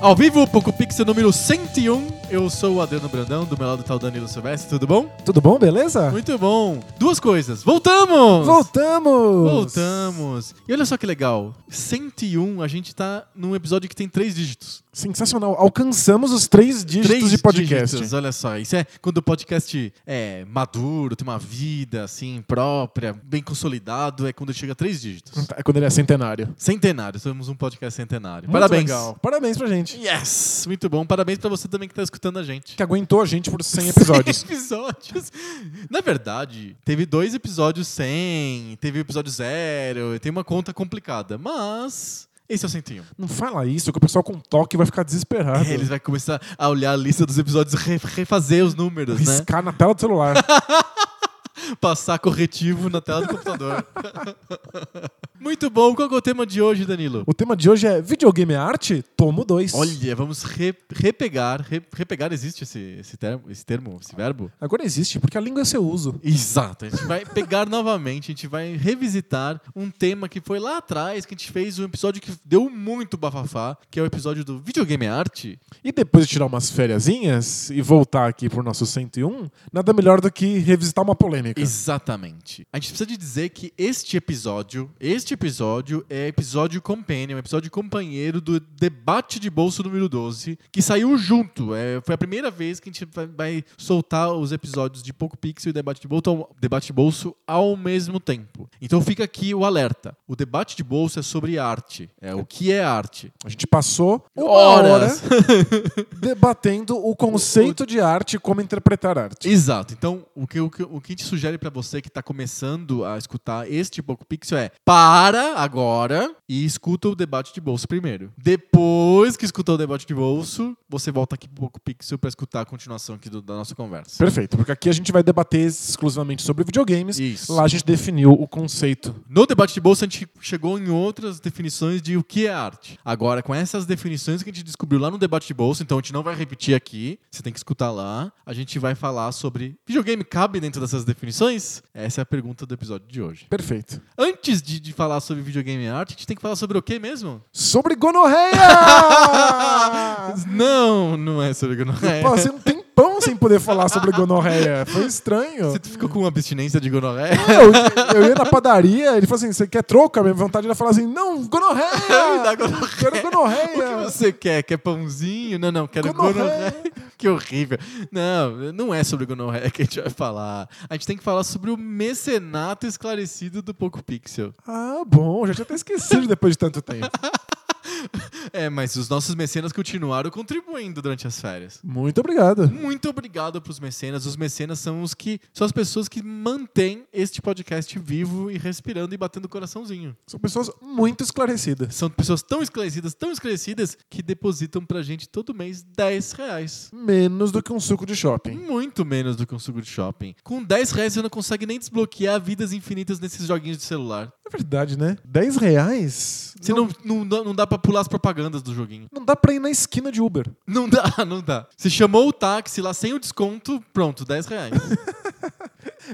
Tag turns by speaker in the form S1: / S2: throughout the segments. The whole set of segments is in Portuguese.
S1: Ao vivo, Poco Pixel número 101. Eu sou o Adriano Brandão, do meu lado tá o Danilo Silvestre, tudo bom?
S2: Tudo bom, beleza?
S1: Muito bom. Duas coisas. Voltamos!
S2: Ah. Voltamos!
S1: Voltamos. E olha só que legal. 101, a gente tá num episódio que tem três dígitos.
S2: Sensacional. Alcançamos os três dígitos
S1: três
S2: de podcast.
S1: dígitos, olha só. Isso é quando o podcast é maduro, tem uma vida assim própria, bem consolidado, é quando chega a três dígitos.
S2: É Quando ele é centenário.
S1: Centenário, temos um podcast centenário.
S2: Muito
S1: Parabéns.
S2: legal. Parabéns pra gente.
S1: Yes! Muito bom. Parabéns pra você também que tá escutando a gente.
S2: Que aguentou a gente por 100 episódios.
S1: 100 episódios. Na verdade, teve dois episódios 100, teve o episódio zero, tem uma conta complicada, mas esse é o 101.
S2: Não fala isso, que o pessoal com toque vai ficar desesperado.
S1: É, Eles vão começar a olhar a lista dos episódios, re- refazer os números, né?
S2: Riscar na tela do celular.
S1: Passar corretivo na tela do computador. Muito bom. Qual que é o tema de hoje, Danilo?
S2: o tema de hoje é Videogame é Arte, tomo 2.
S1: Olha, vamos re- repegar. Re- repegar existe esse, esse termo, esse termo, esse verbo?
S2: Agora existe, porque a língua é seu uso.
S1: Exato, a gente vai pegar novamente, a gente vai revisitar um tema que foi lá atrás, que a gente fez um episódio que deu muito bafafá, que é o episódio do videogame é arte.
S2: E depois de tirar umas fériasinhas e voltar aqui pro nosso 101, nada melhor do que revisitar uma polêmica.
S1: Exatamente. A gente precisa de dizer que este episódio, este episódio é episódio companion, é episódio companheiro do debate de bolso número 12, que saiu junto. É, foi a primeira vez que a gente vai- vai soltar os episódios de Poco Pixel e debate de bolso, ao- debate de bolso ao mesmo tempo. Então fica aqui o alerta. O debate de bolso é sobre arte. É o que é arte.
S2: A gente passou uma
S1: Horas.
S2: hora debatendo o conceito de arte e como interpretar arte.
S1: Exato. Então, o que, o que, o que a gente sugere pra você que tá começando a escutar este Poco Pixel é para agora e escuta o debate de bolso primeiro. Depois que escutar o debate de bolso, você volta aqui pro Poco Pixel pra escutar a continuação aqui do- da nossa conversa.
S2: Perfeito, porque aqui a gente vai debater exclusivamente sobre videogames.
S1: Isso.
S2: Lá a gente definiu o conceito.
S1: No debate de bolso, a gente chegou em outras definições de o que é arte. Agora, com essas definições que a gente descobriu lá no debate de bolso, então a gente não vai repetir aqui, você tem que escutar lá. A gente vai falar sobre videogame cabe dentro dessas definições? Essa é a pergunta do episódio de hoje.
S2: Perfeito.
S1: Antes de, de falar sobre videogame e arte, a gente tem que falar sobre o quê mesmo?
S2: Sobre gonorreia!
S1: Não, não é sobre
S2: Eu
S1: gonorreia.
S2: Passei um tempão sem poder falar sobre gonorreia. Foi estranho.
S1: Você ficou com abstinência de gonorreia?
S2: Eu, eu ia na padaria, ele falou assim: você quer troca? Minha vontade era falar assim: não, gonorreia!
S1: Me dá gonorreia.
S2: Quero gonorreia!
S1: O que você quer? Quer pãozinho? Não, não, quero
S2: Gonorreia.
S1: gonorreia. Que horrível. Não, não é sobre gonorreia que a gente vai falar. A gente tem que falar sobre o mecenato esclarecido do Poco Pixel.
S2: Ah, bom, já tinha até esquecido depois de tanto tempo.
S1: É, mas os nossos mecenas continuaram contribuindo durante as férias.
S2: Muito obrigado.
S1: Muito obrigado pros mecenas. Os mecenas são os que são as pessoas que mantêm este podcast vivo e respirando e batendo o coraçãozinho.
S2: São pessoas muito esclarecidas.
S1: São pessoas tão esclarecidas, tão esclarecidas, que depositam pra gente todo mês 10 reais.
S2: Menos do que um suco de shopping.
S1: Muito menos do que um suco de shopping. Com 10 reais você não consegue nem desbloquear vidas infinitas nesses joguinhos de celular.
S2: É verdade, né? 10 reais?
S1: Você não, não, dá- não dá pra pular as propagandas do joguinho.
S2: Não dá pra ir na esquina de Uber.
S1: Não dá, não dá. Você chamou o táxi lá sem o desconto, pronto, 10 reais.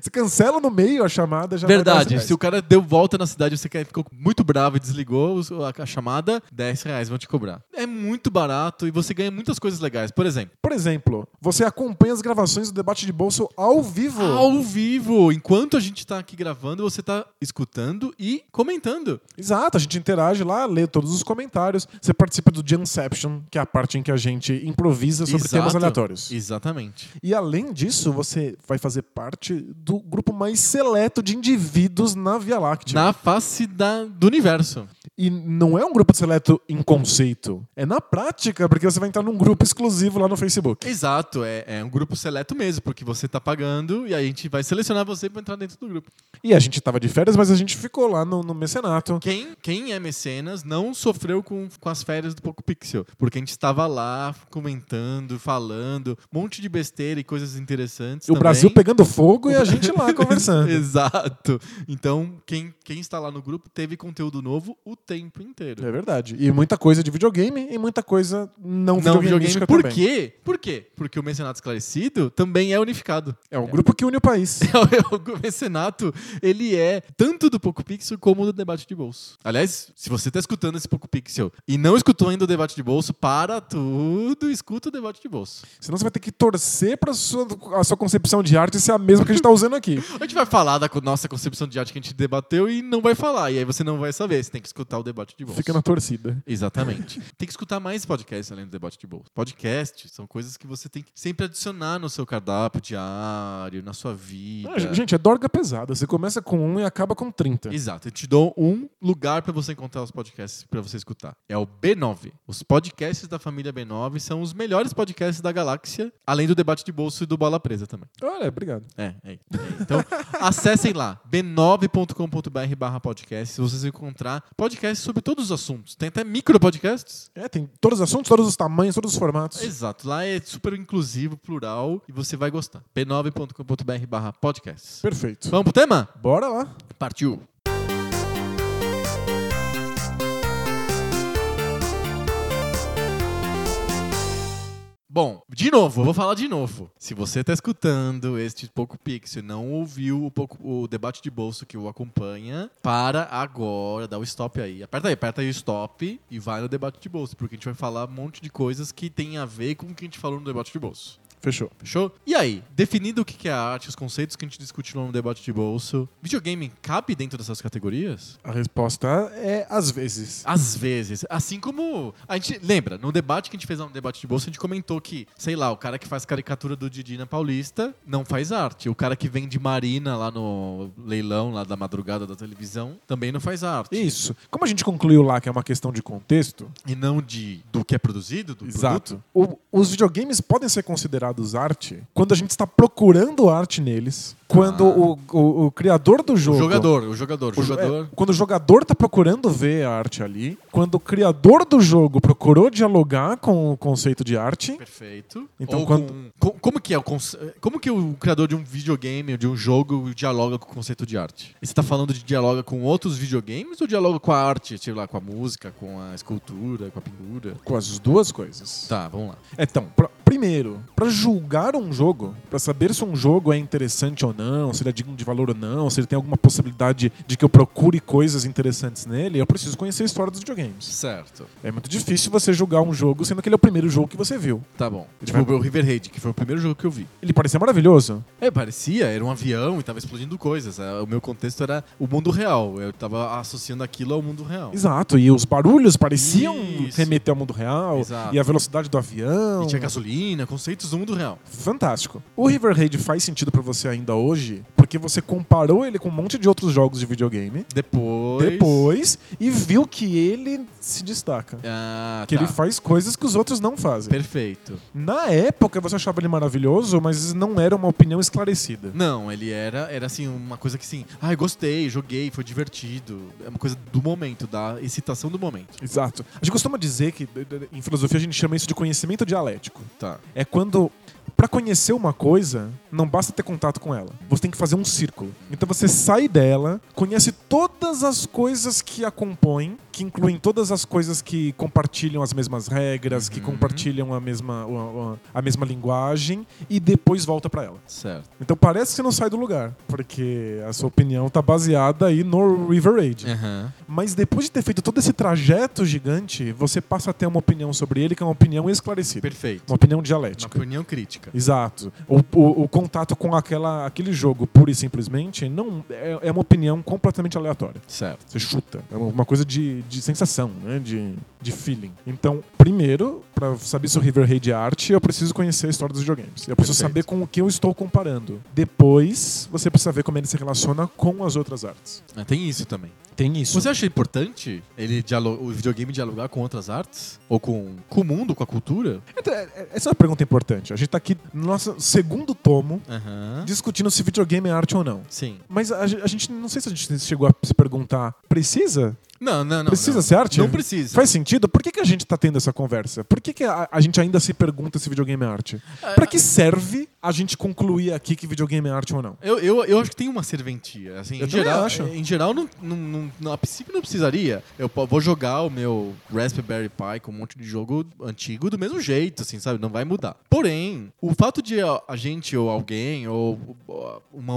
S2: Você cancela no meio a chamada já vai
S1: é Verdade,
S2: 10 reais.
S1: se o cara deu volta na cidade e você quer- ficou muito bravo e desligou o- a a chamada, 10 reais vão te cobrar. É muito barato e você ganha muitas coisas legais. Por exemplo,
S2: Por exemplo, você acompanha as gravações do debate de bolso ao vivo.
S1: ao vivo, enquanto a gente tá aqui gravando, você tá escutando e comentando.
S2: Exato, a gente interage lá, lê todos os comentários. Você participa do Jamception, que é a parte em que a gente improvisa sobre
S1: Exato.
S2: temas aleatórios.
S1: Exatamente.
S2: E além disso, você vai fazer parte do grupo mais seleto de indivíduos na Via Láctea.
S1: Na face da, do universo.
S2: E não é um grupo seleto em conceito. É na prática, porque você vai entrar num grupo exclusivo lá no Facebook.
S1: Exato, é, é um grupo seleto mesmo, porque você tá pagando e aí a gente vai selecionar você pra entrar dentro do grupo.
S2: E a gente tava de férias, mas a gente ficou lá no, no mecenato.
S1: Quem, quem é mecenas não sofreu com, com as férias do Poco Pixel, porque a gente estava lá comentando, falando, um monte de besteira e coisas interessantes.
S2: O
S1: também.
S2: Brasil pegando fogo e a gente lá conversando.
S1: Exato. Então, quem, quem está lá no grupo teve conteúdo novo o tempo inteiro.
S2: É verdade. E muita coisa de videogame e muita coisa
S1: Não
S2: não,
S1: videogame.
S2: um videogameística
S1: Por
S2: também.
S1: quê? Por quê? Porque o Mecenato Esclarecido também é unificado.
S2: É o grupo que une o país.
S1: É o mecenato, ele é tanto do Poco Pixel como do debate de bolso. Aliás, se você tá escutando esse Poco Pixel e não escutou ainda o debate de bolso, para tudo, escuta o debate de bolso.
S2: Senão você vai ter que torcer pra sua, a sua concepção de arte ser a mesma que a gente tá usando aqui.
S1: A gente vai falar da co- nossa concepção de arte que a gente debateu e não vai falar. E aí você não vai saber, você tem que escutar o debate de bolso.
S2: Fica na torcida.
S1: Exatamente. tem que escutar mais podcasts além do debate de bolso. Podcasts são coisas que você tem que sempre adicionar no seu cardápio diário, na sua vida.
S2: Ah, gente, é dorga pesada. Você começa com um e acaba com 30.
S1: Exato, eu te dou um lugar pra você encontrar os podcasts pra você escutar. É o B9. Os podcasts da família B9 são os melhores podcasts da galáxia, além do debate de bolso e do bola presa também.
S2: Olha, obrigado.
S1: É, é. é. Então, acessem lá b9.com.br barra podcast, vocês vão encontrar podcasts sobre todos os assuntos. Tem até micro podcasts.
S2: É, tem todos os assuntos, todos os tamanhos, todos os formatos.
S1: Exato, lá é super inclusivo, plural e você vai gostar. b9.com.br barra podcast.
S2: Perfeito.
S1: Vamos pro tema?
S2: Bora lá.
S1: Partiu! Bom, de novo, eu vou falar de novo. Se você está escutando este Poco Pixel e não ouviu o, Poco- o debate de bolso que o acompanha, para agora, dá o stop aí. Aperta aí, aperta aí o stop e vai no debate de bolso, porque a gente vai falar um monte de coisas que tem a ver com o que a gente falou no debate de bolso.
S2: Fechou.
S1: Fechou? E aí, definido o que que é arte, os conceitos que a gente discutiu lá no debate de bolso, videogame cabe dentro dessas categorias?
S2: A resposta é às vezes.
S1: Às vezes. Assim como. A gente. Lembra, no debate que a gente fez lá no debate de bolso, a gente comentou que, sei lá, o cara que faz caricatura do Didi na Paulista não faz arte. O cara que vende Marina lá no leilão, lá da madrugada da televisão, também não faz arte.
S2: Isso. Como a gente concluiu lá que é uma questão de contexto,
S1: E não de do que é produzido, do produto.
S2: o- os videogames podem ser considerados arte quando a gente está procurando arte neles, quando o, o- Ah. o criador do
S1: O
S2: jogo.
S1: jogador, o jogador, o
S2: o jo-
S1: jogador.
S2: é, quando o jogador tá procurando ver a arte ali, quando o criador do jogo procurou dialogar com o conceito de arte,
S1: Perfeito.
S2: Então,
S1: Ou
S2: quando-
S1: com- co- como que é o conce- como que o criador de um videogame ou de um jogo dialoga com o conceito de arte? E você tá falando de dialoga com outros videogames ou dialoga com a arte, sei lá, com a música, com a escultura, com a pintura?
S2: com as duas coisas.
S1: Tá, vamos lá.
S2: Então, pra- primeiro, pra julgar um jogo, pra saber se um jogo é interessante ou não, se ele é digno de valor ou não, se ele tem alguma possibilidade de que eu procure coisas interessantes nele, eu preciso conhecer a história dos videogames.
S1: Certo.
S2: É muito difícil você julgar um jogo sendo que ele é o primeiro jogo que você viu.
S1: Tá bom.
S2: Ele
S1: Tipo,
S2: vai-
S1: o River Raid, que foi o primeiro jogo que eu vi.
S2: Ele parecia maravilhoso.
S1: É, parecia, era um avião e tava explodindo coisas. Ah, O meu contexto era o mundo real. Eu tava associando aquilo ao mundo real.
S2: Exato, e os barulhos pareciam
S1: Isso.
S2: remeter ao mundo real,
S1: Exato.
S2: e a velocidade do avião.
S1: E tinha gasolina, conceitos do mundo real.
S2: Fantástico. O River Raid faz sentido pra você ainda hoje, porque você comparou ele com um monte de outros jogos de videogame.
S1: Depois.
S2: depois e viu que ele se destaca.
S1: Ah,
S2: Que
S1: tá.
S2: ele faz coisas que os outros não fazem.
S1: Perfeito.
S2: Na época você achava ele maravilhoso, mas não era uma opinião esclarecida.
S1: Não, ele era, era assim, uma coisa que assim, ah, eu gostei, joguei, foi divertido. É uma coisa do momento, da excitação do momento.
S2: Exato. A gente costuma dizer que em filosofia a gente chama isso de conhecimento dialético.
S1: Tá.
S2: É quando pra conhecer uma coisa, não basta ter contato com ela. Você tem que fazer um círculo. Então você sai dela, conhece todas as coisas que a compõem, que incluem todas as coisas que compartilham as mesmas regras, que
S1: Uhum.
S2: compartilham a mesma, o- o- a mesma linguagem e depois volta pra ela.
S1: Certo.
S2: Então parece que você não sai do lugar, porque a sua opinião tá baseada aí no River Raid.
S1: Aham.
S2: Mas depois de ter feito todo esse trajeto gigante, você passa a ter uma opinião sobre ele que é uma opinião esclarecida,
S1: Perfeito.
S2: uma opinião
S1: Uma
S2: dialética.
S1: opinião crítica.
S2: Exato. O, o- o contato com aquela, aquele jogo, pura e simplesmente, não é, é uma opinião completamente aleatória.
S1: Certo.
S2: Você chuta. É uma coisa de, de sensação, né? De, de feeling. Então, primeiro, pra saber se o River Raid é arte, eu preciso conhecer a história dos videogames. Eu
S1: Perfeito.
S2: preciso saber com o que eu estou comparando. Depois, você precisa ver como ele se relaciona com as outras artes.
S1: Ah, tem isso também.
S2: Tem isso.
S1: Você acha importante ele dialo- o videogame dialogar com outras artes? Ou com, com o mundo, com a cultura?
S2: Então, é- é- Essa é uma pergunta importante. A gente tá aqui no nosso segundo tomo
S1: Aham.
S2: discutindo se videogame é arte ou não.
S1: Sim.
S2: Mas a, ge- a gente não sei se a gente chegou a se perguntar, precisa?
S1: Não, não, não.
S2: precisa
S1: não.
S2: ser arte?
S1: Não precisa.
S2: Faz sentido? Por que, que a gente tá tendo essa conversa? Por que, que a, a gente ainda se pergunta se videogame é arte? Pra que serve a gente concluir aqui que videogame é arte ou não?
S1: Eu, eu, eu acho que tem uma serventia. Assim,
S2: Eu
S1: em
S2: também
S1: geral,
S2: acho.
S1: Em geral, não, não, não- não- a princípio não precisaria. Eu po- vou jogar o meu Raspberry Pi com um monte de jogo antigo do mesmo jeito, assim, sabe? Não vai mudar. Porém, o fato de a, a gente ou alguém, ou ó, uma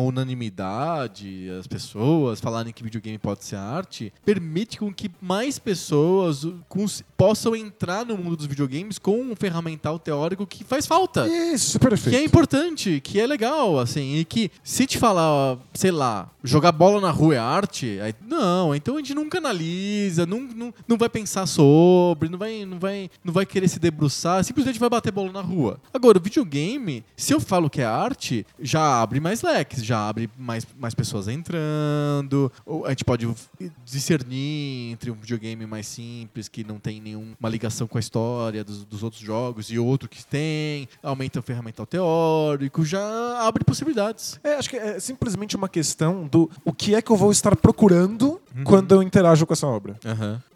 S1: unanimidade, as pessoas falarem que videogame pode ser arte, permite com que mais pessoas uh, cons- possam entrar no mundo dos videogames com um ferramental teórico que faz falta.
S2: Isso,
S1: Que é
S2: perfeito.
S1: importante, que é legal, assim, e que se te falar, sei lá, jogar bola na rua é arte, aí, não, então a gente nunca analisa, não, não, não vai pensar sobre, não vai, não, vai, não vai querer se debruçar, simplesmente vai bater bola na rua. Agora, o videogame, se eu falo que é arte, já abre mais leques, já abre mais, mais pessoas entrando, ou a gente pode discernir entre um videogame mais simples, que não tem nenhuma ligação com a história dos, dos outros jogos, e outro que tem, aumenta o ferramental teórico, já abre possibilidades.
S2: É, acho que é simplesmente uma questão do o que é que eu vou estar procurando
S1: Uhum.
S2: quando eu interajo com essa obra.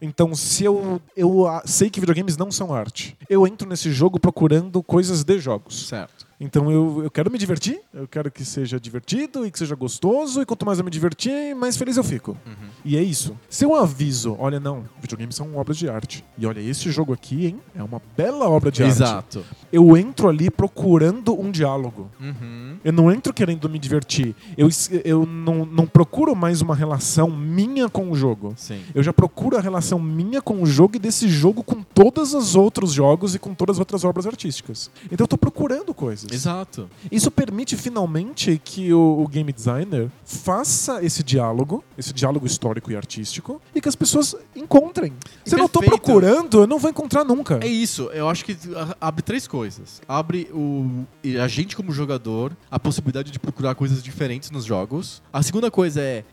S2: Então, se eu, eu ah, sei que videogames não são arte, eu entro nesse jogo procurando coisas de jogos.
S1: Certo.
S2: Então, eu, eu quero me divertir, eu quero que seja divertido e que seja gostoso, e quanto mais eu me divertir, mais feliz eu fico. E é isso. Se eu aviso, olha, não, videogames são obras de arte. E olha, esse jogo aqui, hein, é uma bela obra de arte.
S1: Exato.
S2: Eu entro ali procurando um diálogo.
S1: Uhum.
S2: Eu não entro querendo me divertir. Eu, es- eu não, não procuro mais uma relação minha com o jogo.
S1: Sim.
S2: Eu já procuro a relação minha com o jogo e desse jogo com todos os outros jogos e com todas as outras obras artísticas. Então eu tô procurando coisas.
S1: Exato.
S2: Isso permite finalmente que o, o game designer faça esse diálogo, esse diálogo histórico e artístico, e que as pessoas encontrem. Se eu não tô
S1: Perfeito.
S2: procurando, eu não vou encontrar nunca.
S1: É isso, eu acho que a- abre três coisas. Abre o e a gente como jogador a possibilidade de procurar coisas diferentes nos jogos. A segunda coisa é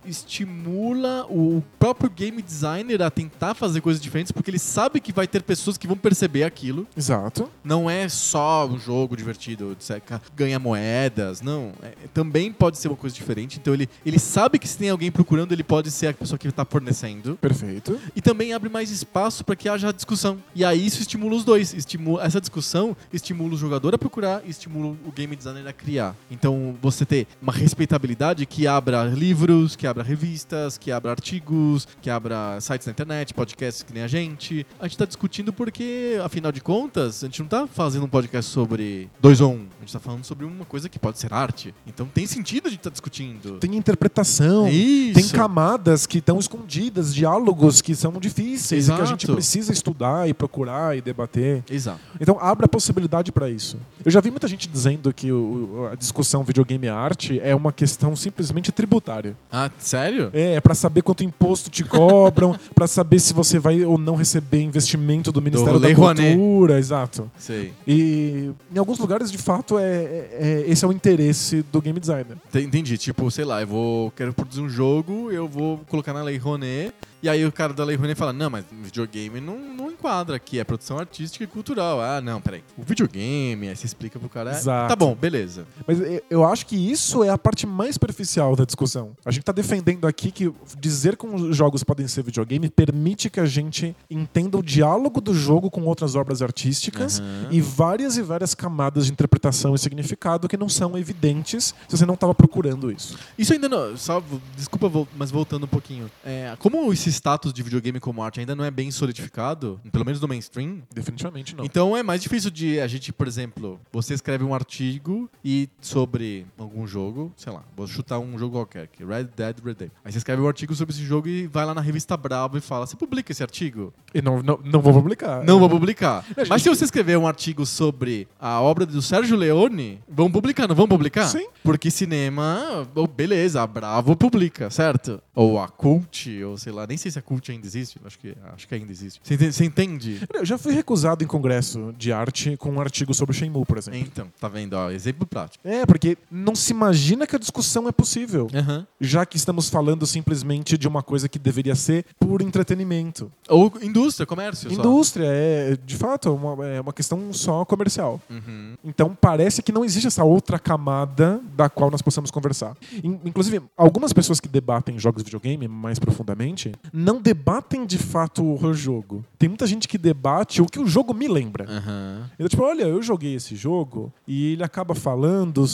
S1: estimula o próprio game designer a tentar fazer coisas diferentes porque ele sabe que vai ter pessoas que vão perceber aquilo.
S2: Exato.
S1: Não é só um jogo divertido, de seca- ganha moedas, não. É- também pode ser uma coisa diferente. Então ele, ele sabe que se tem alguém procurando, ele pode ser a pessoa que está fornecendo
S2: Perfeito.
S1: e também abre mais espaço para que haja discussão. E aí isso estimula os dois. Estimula, essa discussão estimula o jogador a procurar e estimula o game designer a criar. Então você ter uma respeitabilidade que abra livros, que abra revistas, que abra artigos, que abra sites na internet, podcasts que nem a gente. A gente tá discutindo porque, afinal de contas, a gente não tá fazendo um podcast sobre dois ou um. A gente tá falando sobre uma coisa que pode ser arte. Então tem sentido a gente tá discutindo. É
S2: Tem interpretação.
S1: Isso.
S2: Tem camadas que estão escondidas, diálogos que são difíceis e que a gente
S1: Exato.
S2: precisa estudar e procurar e debater.
S1: Exato.
S2: Então abre a possibilidade para isso. Eu já vi muita gente dizendo que o- o- a discussão videogame e arte é uma questão simplesmente tributária.
S1: Ah, sério?
S2: É, é para saber quanto imposto te cobram, para saber se você vai ou não receber investimento do Ministério da
S1: Lei Rouanet.
S2: Cultura, exato.
S1: Sei.
S2: E em alguns lugares, de fato, é, é- é- esse é o interesse do game designer.
S1: Te- Entendi, tipo, sei lá, eu vou quero produzir um jogo, eu vou colocar na Lei Rouanet, e aí o cara da Lei Rouanet fala: "Não, mas videogame não, não enquadra aqui, é produção artística e cultural". Ah, não, peraí. O videogame, aí você explica pro cara.
S2: Exato.
S1: Tá bom, beleza.
S2: Mas eu- eu acho que isso é a parte mais superficial da discussão. A gente tá defendendo aqui que dizer que os jogos podem ser videogame permite que a gente entenda o diálogo do jogo com outras obras artísticas
S1: Aham.
S2: e várias e várias camadas de interpretação e significado que não são evidentes se você não estava procurando isso.
S1: Isso ainda não. Só, vo- desculpa, vol- mas voltando um pouquinho. É, como esse status de videogame como arte ainda não é bem solidificado, pelo menos no mainstream,
S2: Definitivamente não.
S1: Então é mais difícil de a gente, por exemplo, você escreve um artigo e sobre algum jogo, sei lá, vou chutar um jogo qualquer, que Red Dead Redemption. Aí você escreve um artigo sobre esse jogo e vai lá na revista Bravo e fala: "Você publica esse artigo?"
S2: E não, não, não vou publicar.
S1: Não vou publicar. Mas
S2: É. gente-
S1: se você escrever um artigo sobre a obra do Sérgio Leone, vão publicar, não vão publicar?
S2: Sim.
S1: Porque cinema, oh, beleza, a Bravo publica, certo? Ou a Cult, ou sei lá, nem sei se a Cult ainda existe, acho que, acho que ainda existe. Você ente- você entende, entende?
S2: Eu já fui recusado em congresso de arte com um artigo sobre Shenmue, por exemplo.
S1: Então, tá vendo? Ó, exemplo prático.
S2: É, porque não se imagina que a discussão é possível.
S1: Aham.
S2: Já que estamos falando simplesmente de uma coisa que deveria ser por entretenimento.
S1: Ou indústria, comércio só.
S2: Indústria é, de fato, uma, é uma questão só comercial.
S1: Uhum.
S2: Então parece que não existe essa outra camada da qual nós possamos conversar. In- Inclusive, algumas pessoas que debatem jogos de videogame mais profundamente não debatem de fato o jogo. Tem muita gente que debate o que o jogo me lembra.
S1: É. Aham.
S2: Então, tipo, olha, eu joguei esse jogo e ele acaba falando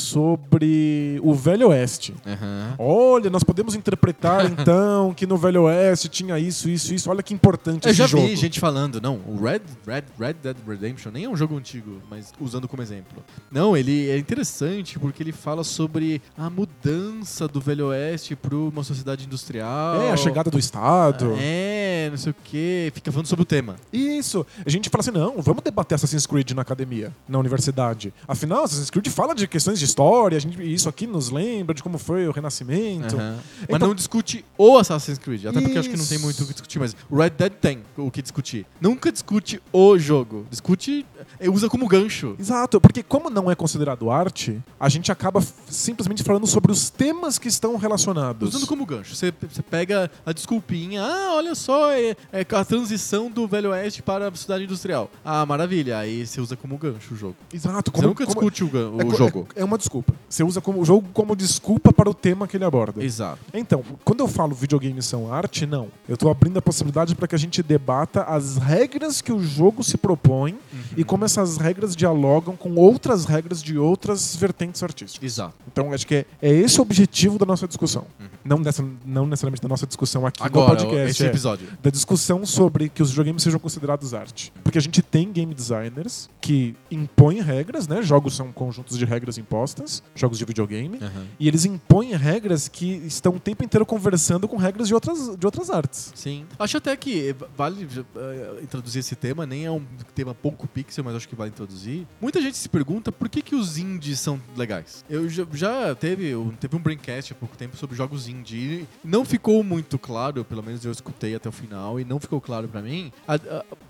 S2: sobre o Velho Oeste.
S1: Aham.
S2: Olha, nós podemos interpretar então que no Velho Oeste tinha isso, isso, isso. Olha que importante
S1: Eu
S2: esse
S1: já
S2: jogo.
S1: vi gente falando, não, o Red, Red, Red Dead Redemption nem é um jogo antigo, mas usando como exemplo. Não, ele é interessante porque ele fala sobre a mudança do Velho Oeste para uma sociedade industrial.
S2: É, a chegada do Estado.
S1: É, não sei o quê. Fica falando sobre o tema.
S2: Isso. A gente fala assim, não, vamos debater Assassin's Creed na academia, na universidade. Afinal, Assassin's Creed fala de questões de história, a gente, isso aqui nos lembra de como foi o Renascimento.
S1: Aham. Mas
S2: então-
S1: não discute o Assassin's Creed, até porque eu acho que não tem
S2: Isso.
S1: muito o que discutir, mas o Red Dead tem o que discutir. Nunca discute o jogo, discute, eh, usa como gancho.
S2: Exato, porque como não é considerado arte, a gente acaba f- simplesmente falando sobre os temas que estão relacionados.
S1: Usando como gancho. Você você pega a desculpinha, ah, olha só, é, é a transição do Velho Oeste para a cidade industrial. Ah, maravilha. Aí você usa como gancho o jogo.
S2: Exato,
S1: você
S2: como,
S1: nunca
S2: como-
S1: discute o, gan-
S2: é
S1: o
S2: co-
S1: jogo.
S2: É, é uma desculpa. Você usa como, o jogo como desculpa para o tema que ele aborda.
S1: Exato.
S2: Então, quando eu falo videogames são arte, não. Eu tô abrindo a possibilidade para que a gente debata as regras que o jogo se propõe e
S1: Uhum.
S2: como essas regras dialogam com outras regras de outras vertentes artísticas.
S1: Exato.
S2: Então, acho que é, é esse o objetivo da nossa discussão. Não, dessa, não necessariamente da nossa discussão aqui
S1: Uhum. Agora,
S2: no podcast.
S1: esse
S2: é.
S1: episódio.
S2: Da discussão sobre que os videogames sejam considerados arte.
S1: Uhum.
S2: Porque a gente tem game designers que impõem regras, né? Jogos são conjuntos de regras impostas, jogos de videogame.
S1: Aham.
S2: E eles impõem regras que estão o tempo inteiro conversando com regras de outras, de outras artes.
S1: Sim. Acho até que vale eh, introduzir esse tema, nem é um tema pouco pixel, mas acho que vale introduzir. Muita gente se pergunta por que, que os indies são legais. Eu já, já teve, um- teve um braincast há pouco tempo sobre jogos indie. e Não ficou muito claro, pelo menos eu escutei até o final, e não ficou claro pra mim, a, a-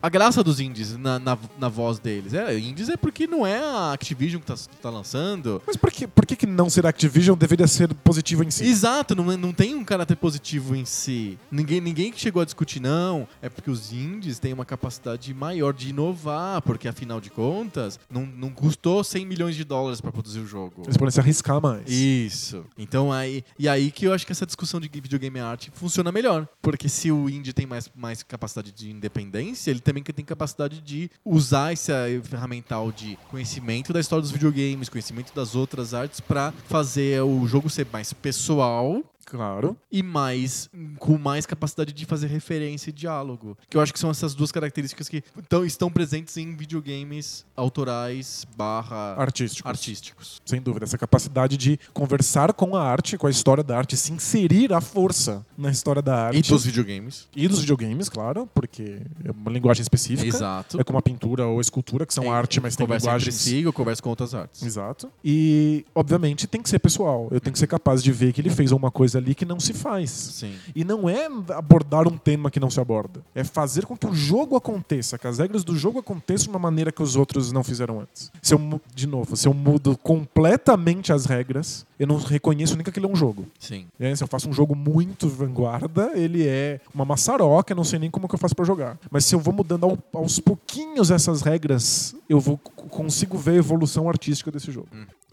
S1: a graça dos indies na, na, na voz deles. É, indies é porque não é a Activision que tá, tá lançando.
S2: Mas por que, por que, que não ser Activision deveria ser positivo em si?
S1: Exato, não, não tem um caráter positivo em si. Ninguém, ninguém que chegou a discutir, não, é porque os indies têm uma capacidade maior de inovar, porque afinal de contas, não, não custou 100 milhões de dólares pra produzir o jogo.
S2: Eles podem se arriscar mais.
S1: Isso. Então aí. E aí que eu acho que essa discussão de videogame e arte funciona melhor. Porque se o indie tem mais, mais capacidade de independência, ele também que tem capacidade de usar esse eh, ferramental de conhecimento da história dos videogames, conhecimento das outras artes, pra fazer o jogo ser mais pessoal
S2: Claro.
S1: e mais com mais capacidade de fazer referência e diálogo. Que eu acho que são essas duas características que tão- estão presentes em videogames autorais barra
S2: Artístico.
S1: artísticos.
S2: Sem dúvida. Essa capacidade de conversar com a arte, com a história da arte, se inserir à força na história da arte.
S1: E dos videogames.
S2: E dos videogames, claro, porque é uma linguagem específica.
S1: Exato.
S2: É como a pintura ou a escultura, que são
S1: É,
S2: arte, mas tem
S1: conversa
S2: linguagens...
S1: entre si, eu converso com outras artes.
S2: Exato. E, obviamente, tem que ser pessoal. Eu tenho que ser capaz de ver que ele fez uma coisa ali que não se faz.
S1: Sim.
S2: E não é abordar um tema que não se aborda. É fazer com que o jogo aconteça, que as regras do jogo aconteçam de uma maneira que os outros não fizeram antes. Se eu, mu- de novo, se eu mudo completamente as regras, eu não reconheço nem que aquilo é um jogo.
S1: Sim.
S2: É, se eu faço um jogo muito vanguarda, ele é uma maçaroca, eu não sei nem como que eu faço pra jogar. Mas se eu vou mudando ao- aos pouquinhos essas regras, eu vou c- consigo ver a evolução artística desse jogo.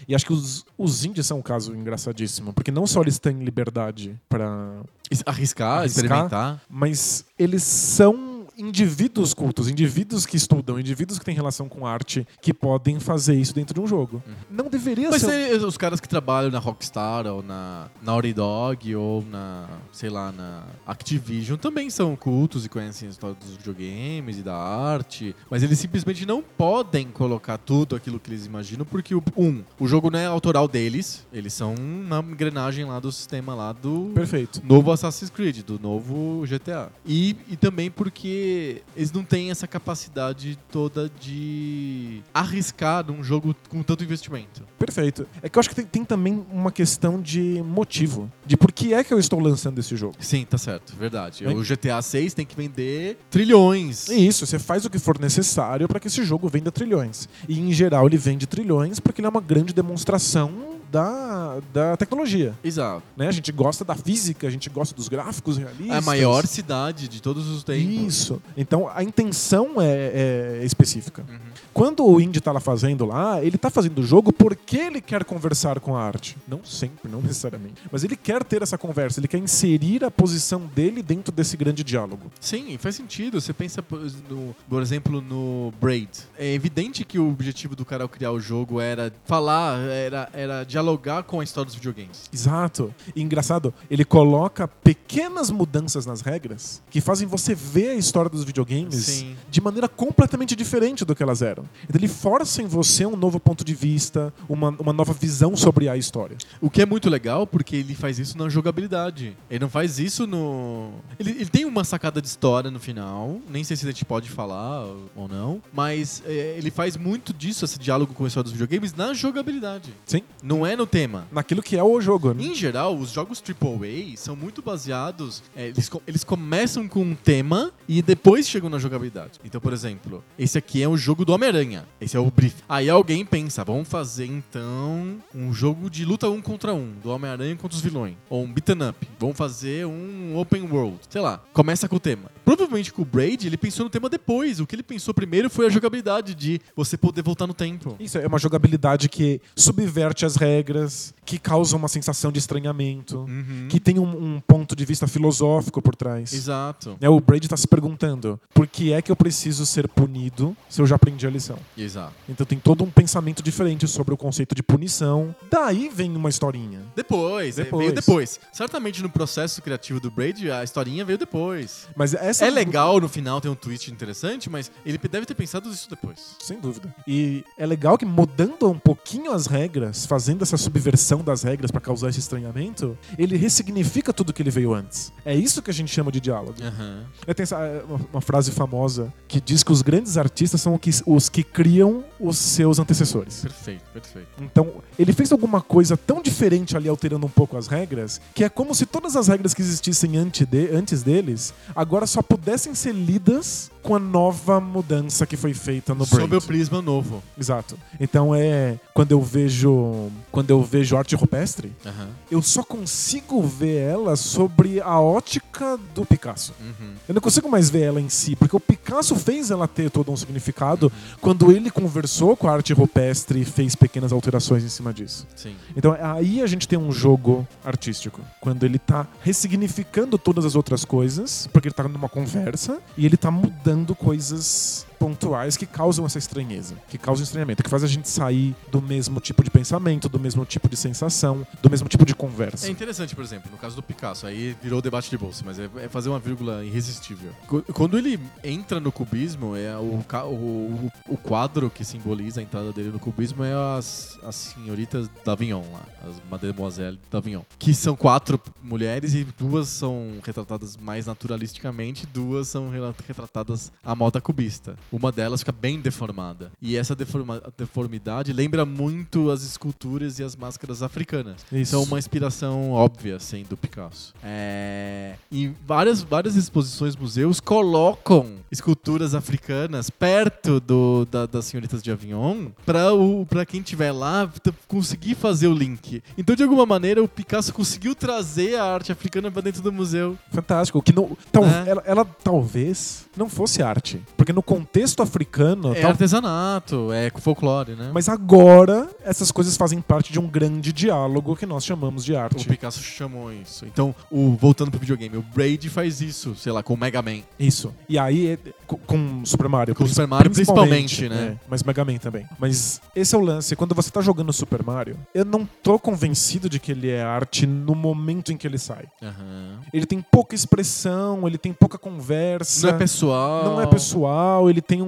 S2: E acho que os, os indies são um caso engraçadíssimo, porque não só eles têm liberdade pra.
S1: Es- Arriscar,
S2: Arriscar.
S1: experimentar.
S2: mas eles são indivíduos cultos, indivíduos que estudam, indivíduos que têm relação com arte, que podem fazer isso dentro de um jogo. Não deveria
S1: Mas
S2: ser.
S1: se- os caras que trabalham na Rockstar ou na Naughty Dog ou na, sei lá, na Activision também são cultos e conhecem a história dos videogames e da arte, mas eles simplesmente não podem colocar tudo aquilo que eles imaginam porque, o- um, o jogo não é autoral deles, eles são uma engrenagem lá do sistema lá do...
S2: Perfeito.
S1: novo Assassin's Creed, do novo GTA. E, e também porque porque eles não têm essa capacidade toda de arriscar num jogo com tanto investimento.
S2: Perfeito. É que eu acho que tem, tem também uma questão de motivo. De por que é que eu estou lançando esse jogo.
S1: Sim, tá certo, verdade.
S2: Né?
S1: O GTA 6 tem que vender trilhões.
S2: É isso, você faz o que for necessário para que esse jogo venda trilhões. E em geral ele vende trilhões porque ele é uma grande demonstração da, da tecnologia.
S1: Exato.
S2: Né? A gente gosta da física, a gente gosta dos gráficos realistas.
S1: É a maior cidade de todos os tempos.
S2: Isso. Então a intenção é, é específica. Quando o Indy tá lá fazendo lá, ele tá fazendo o jogo porque ele quer conversar com a arte. Não sempre, não necessariamente. Mas ele quer ter essa conversa, ele quer inserir a posição dele dentro desse grande diálogo.
S1: Sim, e faz sentido. Você pensa, por, no- por exemplo, no Braid. É evidente que o objetivo do cara ao criar o jogo era falar, era, era dialogar com a história dos videogames.
S2: Exato. E engraçado, ele coloca pequenas mudanças nas regras que fazem você ver a história dos videogames
S1: Sim.
S2: de maneira completamente diferente do que elas eram. Então ele força em você um novo ponto de vista, uma, uma nova visão sobre a história.
S1: O que é muito legal, porque ele faz isso na jogabilidade. Ele não faz isso no. Ele, ele tem uma sacada de história no final. Nem sei se a gente pode falar ou não. Mas é, ele faz muito disso, esse diálogo com a história dos videogames, na jogabilidade.
S2: Sim.
S1: Não é no tema.
S2: Naquilo que é o jogo, né?
S1: Em geral, os jogos AAA são muito baseados. é, eles, co- eles começam com um tema e depois chegam na jogabilidade. Então, por exemplo, esse aqui é o jogo do Homem-Aranha. Esse é o brief. Aí alguém pensa, vamos fazer então um jogo de luta um contra um, do Homem-Aranha contra os vilões. Ou um beaten up. Vamos fazer um open world. Sei lá. Começa com o tema. Provavelmente com o Braid, ele pensou no tema depois. O que ele pensou primeiro foi a jogabilidade de você poder voltar no tempo.
S2: Isso é uma jogabilidade que subverte as regras, que causa uma sensação de estranhamento,
S1: Uhum.
S2: que tem um, um ponto de vista filosófico por trás.
S1: Exato.
S2: Né, o Brady tá se perguntando por que é que eu preciso ser punido se eu já aprendi a lição.
S1: Exato.
S2: Então tem todo um pensamento diferente sobre o conceito de punição. Daí vem uma historinha.
S1: Depois, é,
S2: Depois.
S1: veio depois. Certamente no processo criativo do Braid, a historinha veio depois.
S2: Mas essa
S1: é legal no final, tem um twist interessante, mas ele deve ter pensado isso depois.
S2: Sem dúvida. E é legal que mudando um pouquinho as regras, fazendo essa subversão das regras pra causar esse estranhamento, ele ressignifica tudo que ele veio antes. É isso que a gente chama de diálogo.
S1: Aham.
S2: É, Tem essa, é, uma- uma frase famosa que diz que os grandes artistas são o que- os que criam os seus antecessores.
S1: Perfeito, perfeito.
S2: Então, ele fez alguma coisa tão diferente ali, alterando um pouco as regras, que é como se todas as regras que existissem ante de- antes deles agora só pudessem ser lidas com a nova mudança que foi feita no Braid.
S1: Sob o prisma novo.
S2: Exato. Então é quando eu vejo quando eu vejo arte rupestre,
S1: Aham.
S2: eu só consigo ver ela sobre a ótica do Picasso.
S1: Uhum.
S2: Eu não consigo mais ver ela em si, porque o Picasso fez ela ter todo um significado quando ele conversou com a arte rupestre e fez pequenas alterações em cima disso.
S1: Sim.
S2: Então aí a gente tem um jogo artístico. Quando ele tá ressignificando todas as outras coisas, porque ele tá numa conversa, e ele tá mudando coisas pontuais que causam essa estranheza, que causam estranhamento, que faz a gente sair do mesmo tipo de pensamento, do mesmo tipo de sensação, do mesmo tipo de
S1: É
S2: conversa.
S1: interessante, por exemplo, no caso do Picasso, aí virou debate de bolsa, mas é, é fazer uma vírgula irresistível. Qu- Quando ele entra no cubismo, é o, ca- o, o- o quadro que simboliza a entrada dele no cubismo é as, as senhoritas d'Avignon lá, as Mademoiselle d'Avignon, que são quatro mulheres e duas são retratadas mais naturalisticamente, duas são rela- retratadas à moda cubista. Uma delas fica bem deformada. E essa deforma- deformidade lembra muito as esculturas e as máscaras africanas.
S2: Isso.
S1: Então, uma inspiração óbvia, assim, do Picasso. É... E várias, várias exposições, museus colocam esculturas africanas perto do, da- das senhoritas de Avignon para pra quem estiver lá t- conseguir fazer o link. Então, de alguma maneira, o Picasso conseguiu trazer a arte africana para dentro do museu.
S2: Fantástico. Que não, tal-
S1: É.
S2: ela, ela talvez não fosse arte, porque no contexto africano,
S1: É
S2: tal-
S1: artesanato, é folclore, né?
S2: mas agora essas coisas fazem parte de um grande diálogo que nós chamamos de
S1: O
S2: arte.
S1: Picasso chamou isso. Então, o, voltando pro videogame, o Braid faz isso, sei lá, com o Mega Man.
S2: Isso. E aí, é- com- com Super Mario.
S1: Com
S2: prin-
S1: Super Mario principalmente, né?
S2: é, mas Mega Man também. Mas esse é o lance. Quando você tá jogando Super Mario, eu não tô convencido de que ele é arte no momento em que ele sai.
S1: Aham.
S2: Ele tem pouca expressão, ele tem pouca conversa.
S1: Não é pessoal.
S2: não é pessoal, ele tem um,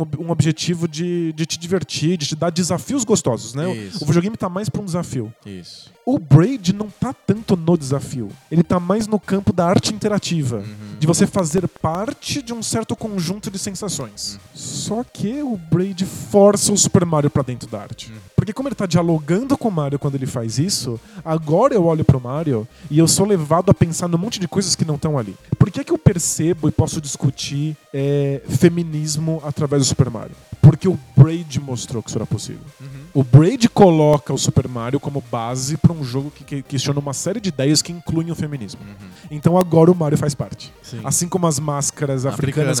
S2: um- um objetivo de, de te divertir, de te dar desafios gostosos, né? O-
S1: Isso.
S2: O videogame tá mais pra um desafio.
S1: Isso.
S2: O Braid não tá tanto no desafio. Ele tá mais no campo da arte
S1: Uhum.
S2: interativa. De você fazer parte de um certo conjunto de sensações. Só que o Braid força o Super Mario pra dentro da arte. Porque como ele tá dialogando com o Mario quando ele faz isso, agora eu olho pro Mario e eu sou levado a pensar num monte de coisas que não estão ali. Por que, que eu percebo e posso discutir é, feminismo através do Super Mario? Porque o Braid mostrou que isso era possível.
S1: Uhum.
S2: O Braid coloca o Super Mario como base pra um jogo que, que questiona uma série de ideias que incluem o feminismo.
S1: Uhum.
S2: Então agora o Mario faz parte.
S1: Sim.
S2: Assim como as máscaras africanas,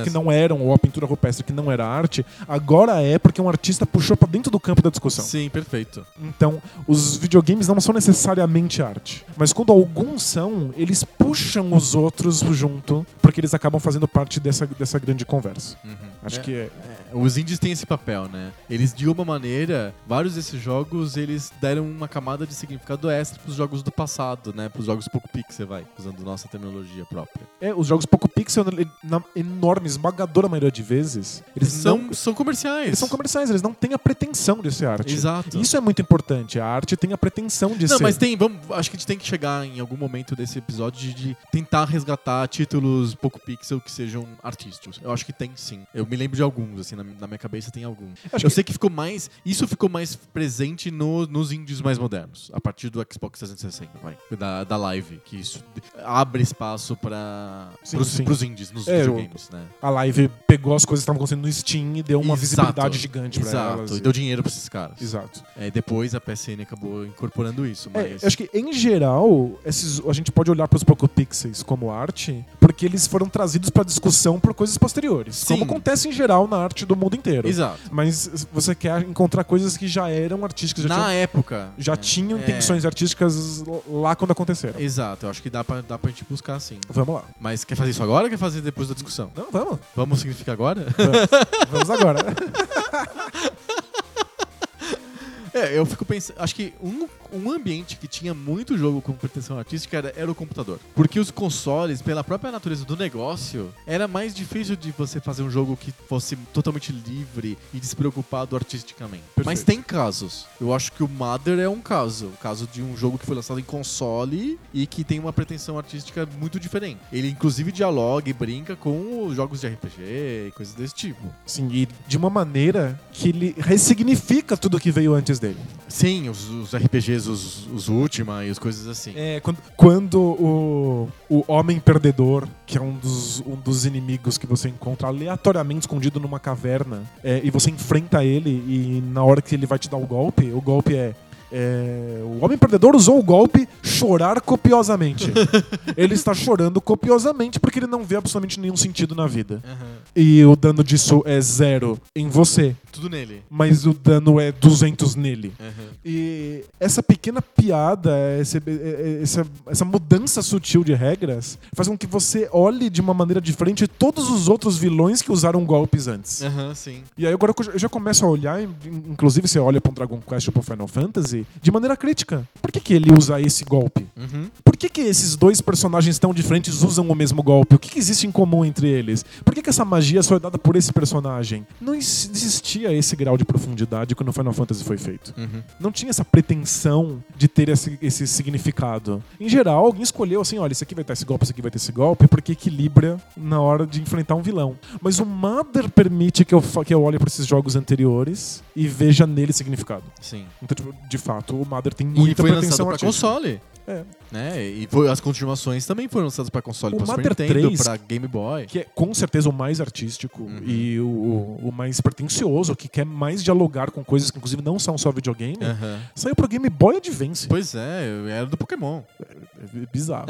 S1: Africanas.
S2: que não eram, ou a pintura rupestre que não era arte, agora é porque um artista puxou pra dentro do campo da discussão.
S1: Sim, perfeito.
S2: Então, os videogames não são necessariamente arte. Mas quando alguns são, eles puxam os outros junto, porque eles acabam fazendo parte dessa, dessa grande conversa. Acho
S1: É.
S2: que é.
S1: Os indies têm esse papel, né? Eles, de uma maneira, vários desses jogos, eles deram uma camada de significado extra pros jogos do passado, né? Pros jogos pouco pixel, vai, usando nossa terminologia própria.
S2: é, os jogos pouco pixel, ele- na enorme, esmagadora maioria de vezes, eles,
S1: Eles são,
S2: não.
S1: são comerciais.
S2: Eles são comerciais, eles não têm a pretensão de ser arte.
S1: Exato.
S2: Isso é muito importante. A arte tem a pretensão de
S1: Não,
S2: ser.
S1: mas tem, vamos, acho que a gente tem que chegar em algum momento desse episódio de, de tentar resgatar títulos pouco pixel que sejam artísticos. Eu acho que tem sim. Eu me lembro de alguns, assim, na, na minha cabeça tem alguns.
S2: Acho
S1: eu
S2: que-
S1: sei que ficou mais, isso ficou mais presente no- nos indies mais modernos, a partir do Xbox 360, vai, da, da live, que isso de- abre espaço para
S2: Sim,
S1: pros,
S2: sim.
S1: pros indies nos
S2: É,
S1: videogames, né?
S2: A live pegou as coisas que estavam acontecendo no Steam e deu é uma
S1: Exato.
S2: visibilidade gigante pra
S1: Exato, Então,
S2: elas.
S1: e deu dinheiro pra esses caras.
S2: Exato.
S1: É, depois a PSN acabou incorporando isso,
S2: É,
S1: mas
S2: eu acho que em geral, esses, a gente pode olhar para os Poco Pixels como arte, porque eles foram trazidos para discussão por coisas posteriores.
S1: Sim.
S2: Como acontece em geral na arte do mundo inteiro.
S1: Exato.
S2: Mas você quer encontrar coisas que já eram artísticas, já
S1: Na
S2: tinham,
S1: época.
S2: já
S1: né?
S2: tinham
S1: É.
S2: intenções artísticas lá quando aconteceram.
S1: Exato, eu acho que dá pra, dá pra gente buscar sim.
S2: Vamos lá.
S1: Mas quer fazer isso agora ou quer fazer depois da discussão?
S2: Não, vamos.
S1: Vamos significar agora?
S2: Vamos agora.
S1: é, eu fico pensando. Acho que um, um ambiente que tinha muito jogo com pretensão artística era, era o computador. Porque os consoles, pela própria natureza do negócio, era mais difícil de você fazer um jogo que fosse totalmente livre e despreocupado artisticamente. Mas
S2: Perfeito.
S1: tem casos. Eu acho que o Mother é um caso. O caso de um jogo que foi lançado em console e que tem uma pretensão artística muito diferente. Ele, inclusive, dialoga e brinca com os jogos de RPG e coisas desse tipo.
S2: Sim, e de uma maneira que ele ressignifica tudo que veio antes dele.
S1: Sim, os, os RPGs, os, os Ultima e as coisas assim.
S2: É, quando, quando o, o Homem Perdedor, que é um dos, um dos inimigos que você encontra aleatoriamente escondido numa caverna, é, e você enfrenta ele, e na hora que ele vai te dar o golpe, o golpe é. é, o Homem Perdedor usou o golpe chorar copiosamente. ele está chorando copiosamente porque ele não vê absolutamente nenhum sentido na vida. E o dano disso é zero em você,
S1: Tudo nele.
S2: mas o dano é 200 nele. E essa pequena piada, esse- eh, eh, essa, essa mudança sutil de regras, faz com que você olhe de uma maneira diferente todos os outros vilões que usaram golpes antes.
S1: Aham, sim.
S2: E aí agora eu co- eu já começo a olhar, in- inclusive você olha pra um Dragon Quest ou pra um Final Fantasy, de maneira crítica. Por que, que ele usa esse golpe?
S1: Uhum,
S2: Por que, que esses dois personagens tão diferentes usam o mesmo golpe? O que, que existe em comum entre eles? Por que, que essa magia só é dada por esse personagem? Não ex- existia esse grau de profundidade quando o Final Fantasy foi feito.
S1: uhum,
S2: Não tinha essa pretensão de ter esse, esse significado. Em geral, alguém escolheu assim: olha, isso aqui vai ter esse golpe, isso aqui vai ter esse golpe, porque equilibra na hora de enfrentar um vilão. Mas o Mother permite que eu, fa- que eu olhe para esses jogos anteriores e veja nele significado.
S1: Sim.
S2: Então, tipo, de fato, o Mother tem
S1: E
S2: muita
S1: foi lançado
S2: pretensão
S1: pra
S2: artística.
S1: console.
S2: É.
S1: Né? E foi- as continuações também foram lançadas pra console,
S2: O
S1: pra Super
S2: Mother
S1: Nintendo,
S2: 3
S1: pra Game Boy.
S2: que é com certeza o mais artístico
S1: Uhum.
S2: e o, o- o mais pretencioso, que quer mais dialogar com coisas que inclusive não são só videogame,
S1: Aham.
S2: saiu pro Game Boy Advance.
S1: Pois é, eu era do Pokémon.
S2: É bizarro.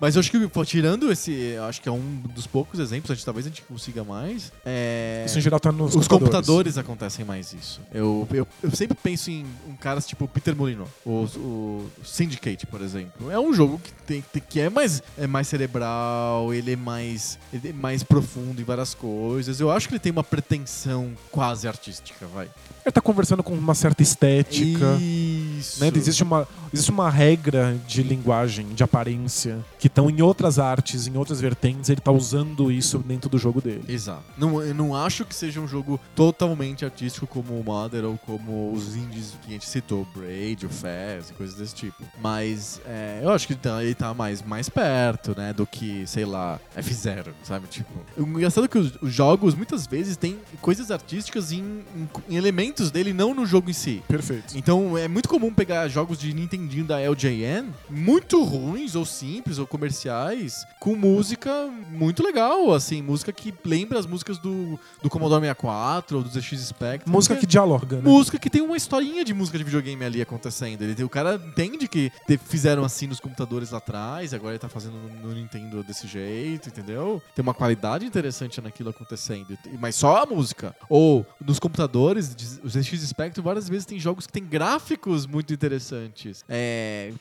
S1: Mas eu acho que pô, tirando esse, eu acho que é um dos poucos exemplos, acho que talvez a gente consiga mais. É...
S2: Isso em geral tá nos
S1: Os computadores. acontecem mais isso. Eu, eu, eu sempre penso em um caras tipo Peter Molino, o, o Syndicate, por exemplo. É um jogo que, tem, tem- que é, mais, é mais cerebral, ele é mais, ele é mais profundo em várias coisas. Eu acho que ele tem uma pretensão quase artística, vai.
S2: Ele tá conversando com uma certa estética.
S1: Isso.
S2: Né? Existe, uma, existe uma regra de linguagem, de aparência, que estão em outras artes, em outras vertentes, ele tá usando isso dentro do jogo dele.
S1: Exato. Não, eu não acho que seja um jogo totalmente artístico como o Mother ou como os indies que a gente citou, Braid, o Fez e coisas desse tipo. Mas é, eu acho que ele tá, ele tá mais, mais perto, né, do que, sei lá, F0, sabe? Tipo, o engraçado é que os, os jogos muitas vezes têm coisas artísticas em, em- em elementos dele, não no jogo em si.
S2: Perfeito.
S1: Então é muito comum pegar jogos de Nintendinho da LJN, muito ruins, ou simples, ou comerciais, com música muito legal, assim, música que lembra as músicas do, do Commodore 64 ou do ZX Spectrum.
S2: Música que dialoga, né?
S1: Música que tem uma historinha de música de videogame ali acontecendo. Ele, tem- o cara entende que te- fizeram assim nos computadores lá atrás, agora ele tá fazendo no, no Nintendo desse jeito, entendeu? Tem uma qualidade interessante naquilo acontecendo. E- Mas só a música. Ou nos computadores, de- os ZX Spectrum, várias vezes tem jogos que tem gráficos muito interessantes. É,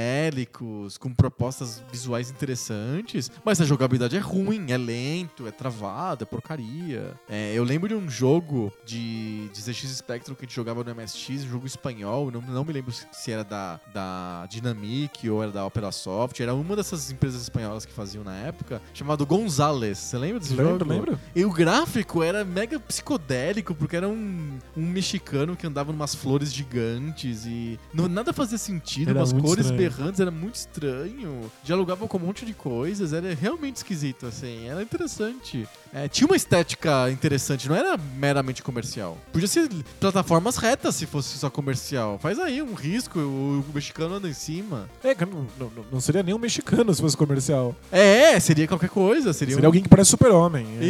S1: psicodélicos, com propostas visuais interessantes, mas a jogabilidade é ruim, é lento, é travado, é porcaria. É, eu lembro de um jogo de, de ZX Spectrum que a gente jogava no MSX, um jogo espanhol, não, não me lembro se- se era da, da Dynamic ou era da Opera Soft, era uma dessas empresas espanholas que faziam na época, chamado Gonzales. Você lembra desse
S2: Lembro,
S1: jogo?
S2: lembro.
S1: E o gráfico era mega psicodélico, porque era um, um mexicano que andava numas flores gigantes e não- nada fazia sentido,
S2: Era
S1: umas
S2: muito
S1: cores
S2: estranho.
S1: berrantes, era muito estranho. Dialogava com um monte de coisas, era realmente esquisito, assim, era interessante. É, tinha uma estética interessante, não era meramente comercial. Podia ser plataformas retas se fosse só comercial. Faz aí um risco, o, o mexicano anda em cima.
S2: É, cara, não, não- não- não seria nem um mexicano se fosse comercial.
S1: É, seria qualquer coisa, seria,
S2: Seria
S1: um
S2: alguém que parece super-homem. é.